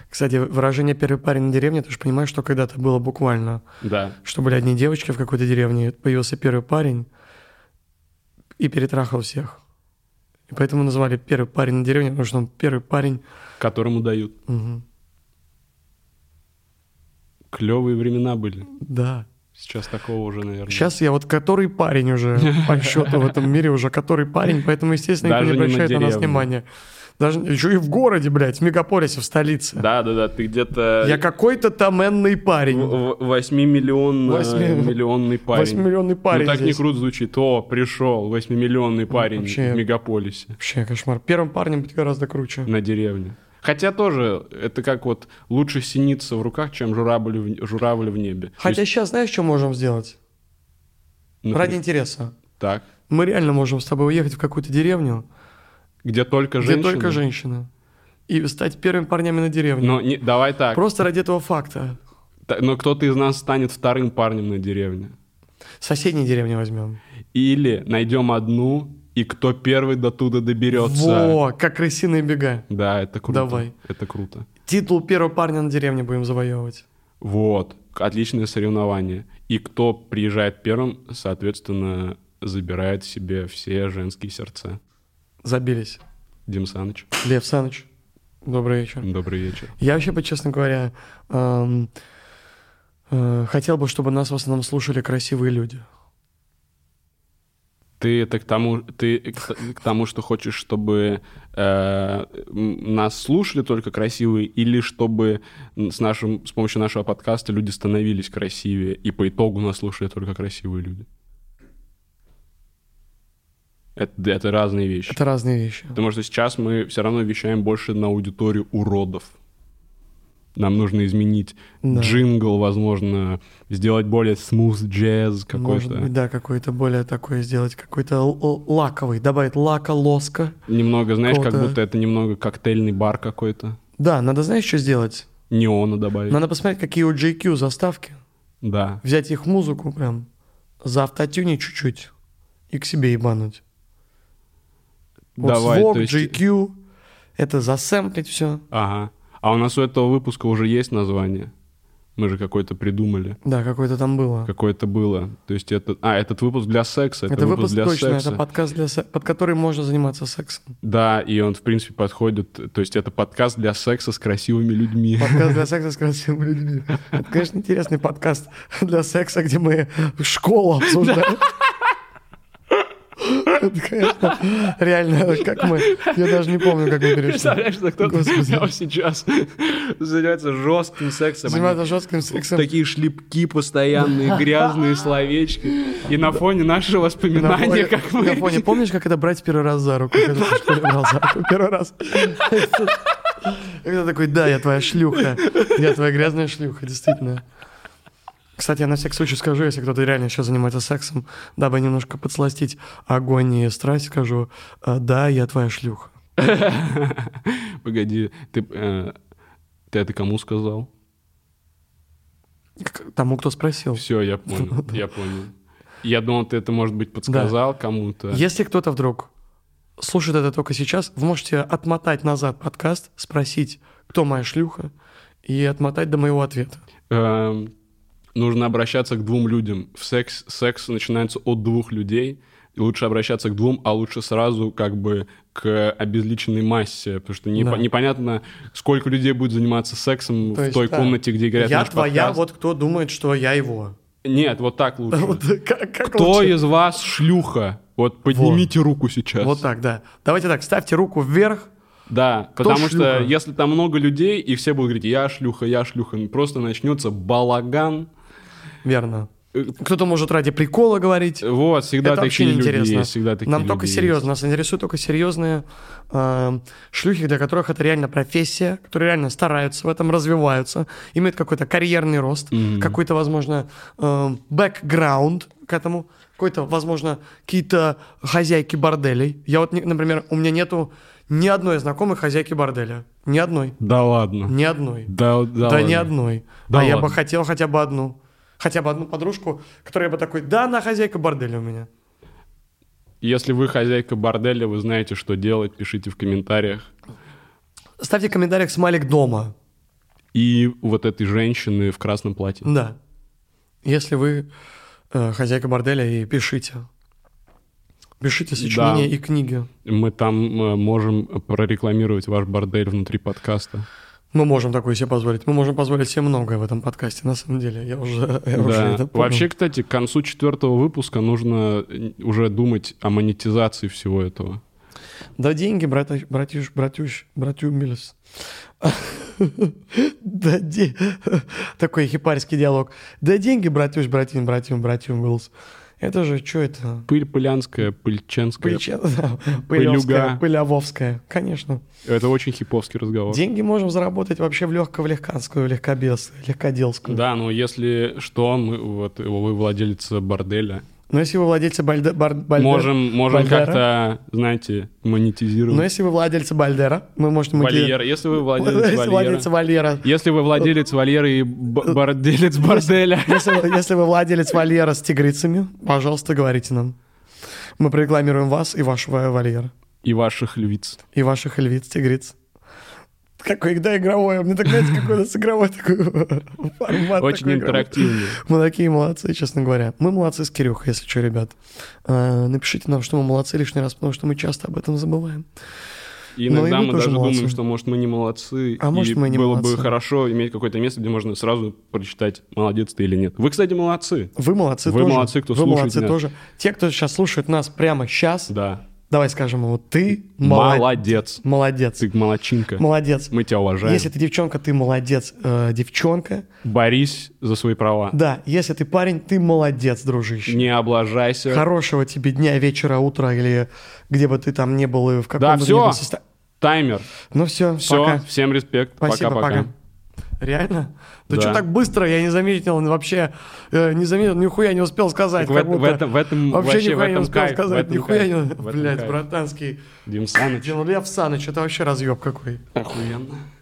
Кстати, выражение «первый парень на деревне», ты же понимаешь, что когда-то было буквально, Да. что были одни девочки в какой-то деревне, появился первый парень и перетрахал всех. И поэтому назвали «первый парень на деревне», потому что он первый парень. Которому дают. Мгм. Клевые времена были. Да. Сейчас такого уже, наверное. Сейчас я вот который парень <laughs> уже по счету в этом мире уже который парень, поэтому, естественно, никто Даже не не на обращает на, нас деревню. внимания. Даже еще и в городе, блядь, в мегаполисе, в столице. Да, да, да, ты где-то... Я какой-то там энный парень. Восьмимиллионный Восьми- э, миллионный парень. Восьмимиллионный парень Ну, так не здесь. Ну, круто звучит. О, пришел восьмимиллионный парень вообще- в мегаполисе Вообще кошмар. Первым парнем быть гораздо круче. на деревне. Хотя тоже, это как вот лучше синица в руках, чем журавль в, журавль в небе. То Хотя есть, Ну, сейчас знаешь, что можем сделать? например, Ради интереса. Так, Мы реально можем с тобой уехать в какую-то деревню, где только где женщины. только женщины. И стать первыми парнями на деревне. Но не- давай Ну, так, Просто ради этого факта. та- но кто-то из нас станет вторым парнем на деревне. Соседние деревни возьмем. Или найдем одну, и кто первый до туда доберется. Во, как крысиные бега. Да, это круто. Давай. Это круто. Титул первого парня на деревне будем завоевывать. Вот, отличное соревнование. И кто приезжает первым, соответственно, забирает себе все женские сердца. Забились. Дим Саныч, Лев Саныч, добрый вечер. добрый вечер. Я вообще, бы, честно говоря, эм, э, хотел бы, чтобы нас в основном слушали красивые люди. Ты это к тому, ты к, к тому, что хочешь, чтобы э, м, нас слушали только красивые, или чтобы м, с, нашим, с помощью нашего подкаста люди становились красивее, и по итогу нас слушали только красивые люди? Это, это разные вещи. Это разные вещи. Потому что сейчас мы все равно вещаем больше на аудиторию уродов. Нам нужно изменить Да. джингл, возможно, сделать более smooth jazz Может какой-то. быть, да, какой-то более такой сделать, какой-то л- л- лаковый, добавить лака, лоска. Немного, знаешь, как Какого-то- будто это немного коктейльный бар какой-то. Да, надо, знаешь, что сделать? Неона добавить. Надо посмотреть, какие у JQ заставки, Да. взять их музыку прям, заавтотюнить чуть-чуть и к себе ебануть. Вот Давай, Звук, то есть- JQ, это засэмплить все. Ага. А у нас у этого выпуска уже есть название. Мы же какое-то придумали. Да, какое-то там было. Какое-то было. То есть это... А, этот выпуск для секса. Это выпуск для точно, секса. это подкаст, для се- под который можно заниматься сексом. Да, и он, в принципе, подходит... То есть это подкаст для секса с красивыми людьми. Подкаст для секса с красивыми людьми. Это, конечно, интересный подкаст для секса, где мы школу обсуждаем. Это, конечно, реально, как мы... Я даже не помню, как мы перешли. Представляешь, что кто-то Господи. прямо сейчас занимается жестким сексом. Заниматься Они жестким сексом. Такие шлепки постоянные, грязные словечки. И на фоне нашего На фоне- воспоминания, как мы... на <laughs> фоне. помнишь, как это брать первый раз за руку? Когда ты в школе брал за руку Первый раз. Когда такой, да, я твоя шлюха. Я твоя грязная шлюха, действительно. Кстати, я на всякий случай скажу, если кто-то реально еще занимается сексом, дабы немножко подсластить огонь и страсть, скажу, «А, да, я твоя шлюха. <laughs> Погоди, ты... э, Ты это кому сказал? К тому, кто спросил. Все, я Ну понял, я понял. Я думал, ты это, может быть, подсказал кому-то. Если кто-то вдруг слушает это только сейчас, вы можете отмотать назад подкаст, спросить, кто моя шлюха, и отмотать до моего ответа. Эм, Нужно обращаться к двум людям. В секс, секс начинается от двух людей. И лучше обращаться к двум, а лучше сразу как бы к обезличенной массе. Потому что не Да. по- непонятно, сколько людей будет заниматься сексом То в есть, той да. комнате, где говорят Я «Наш твоя, подкаст». вот кто думает, что я его. <laughs> Нет, вот так лучше. Вот, как- как Кто лучше? из вас шлюха? Вот поднимите руку сейчас. Вот так, да. Давайте так, ставьте руку вверх. Да, потому шлюха? что если там много людей, и все будут говорить, я шлюха, я шлюха, ну, просто начнется балаган. Верно. Э, Кто-то может ради прикола говорить. Вот, всегда Это вообще такие люди неинтересно. есть, всегда такие Нам люди только есть. серьезно, нас интересуют только серьезные э, шлюхи, для которых это реально профессия, которые реально стараются в этом, развиваются, имеют какой-то карьерный рост, какой-то, возможно, э, бэкграунд к этому, какой-то, возможно, какие-то хозяйки борделей. Я вот, не- например, у меня нету ни одной знакомой хозяйки борделя. Ни одной. Да ладно. Ни одной. Да, да, Да ладно. ни одной. Да а я бы ладно. хотел хотя бы одну. Хотя бы одну подружку, которая бы такой, да, она хозяйка борделя у меня. Если вы хозяйка борделя, вы знаете, что делать, пишите в комментариях. Ставьте в комментариях смайлик дома. И вот этой женщины в красном платье. Да. Если вы э, хозяйка борделя, и пишите. Пишите сочинения Да. и книги. Мы там э, можем прорекламировать ваш бордель внутри подкаста. Мы можем такое себе позволить. Мы можем позволить себе многое в этом подкасте, на самом деле. Я уже, <laughs> я уже Да. это понял. Вообще, кстати, к концу четвертого выпуска нужно э, уже думать о монетизации всего этого. Да деньги, братиш, братиш, братюш, братюмилис. <laughs> Да де... <laughs> Такой хипарский диалог. Да деньги, братюш, братин, братюм, братюмилис. Это же, что это? Пыль пылянская, пыльченская. Пыльче- <laughs> да, Пылевская, Э, Пылюга. пылявовская. Конечно. Это очень хиповский разговор. Деньги можем заработать вообще в легко в легканскую, в легкобес, легкоделскую. Да, ну если что, мы, вот вы владелица борделя. Но если вы владельцы бальда, бар- бальдер- можем можем Бальдера? как-то, знаете, монетизировать. Но если вы владельцы бальдера, мы можем... идти- <laughs> Вольер, если вы владелец Если вольера. владельцы вольера, Если вы владелец вольера и б- борделец борделя. Если, вы- если вы владелец вольера с тигрицами, пожалуйста, говорите нам. Мы прорекламируем вас и вашего вольера, И ваших львиц. и ваших львиц, тигриц. Какой, да, игровое. Мне так нравится, какой у нас игровой такой <laughs> формат. Очень такой игровой. интерактивный. Мы такие молодцы, честно говоря. Мы молодцы с Кирюхой, если что, ребят. Э, Напишите нам, что мы молодцы лишний раз, потому что мы часто об этом забываем. И Но Ну, и иногда вы мы тоже даже молодцы. думаем, что, может, мы не молодцы. А и может, мы не было молодцы. бы хорошо иметь какое-то место, где можно сразу прочитать, молодец ты или нет. Вы, кстати, молодцы. Вы молодцы Вы тоже. молодцы, кто Вы слушает молодцы нас. тоже. Те, кто сейчас слушает нас прямо сейчас, Да. давай скажем ему, ты молодец. Молодец. Молодец. Ты молодчинка. Молодец. Мы тебя уважаем. Если ты девчонка, ты молодец, э, девчонка. Борись за свои права. Да, если ты парень, ты молодец, дружище. Не облажайся. Хорошего тебе дня, вечера, утра или где бы ты там не был и в каком Да, бы все. ни был состо- Таймер. Ну все, Все. пока. Всем респект. Спасибо, Пока-пока. пока. Реально? Да, Да. что так быстро? Я не заметил, он вообще э, не заметил, нихуя не успел сказать. Так в как эт- в будто. этом- в этом- вообще, вообще в нихуя не этом успел кайф, в сказать, этом нихуя кайф, не... в этом Блядь, кайф. братанский. ну, Дим Саныч. Дин Лев Саныч, это вообще разъеб какой. Охуенно.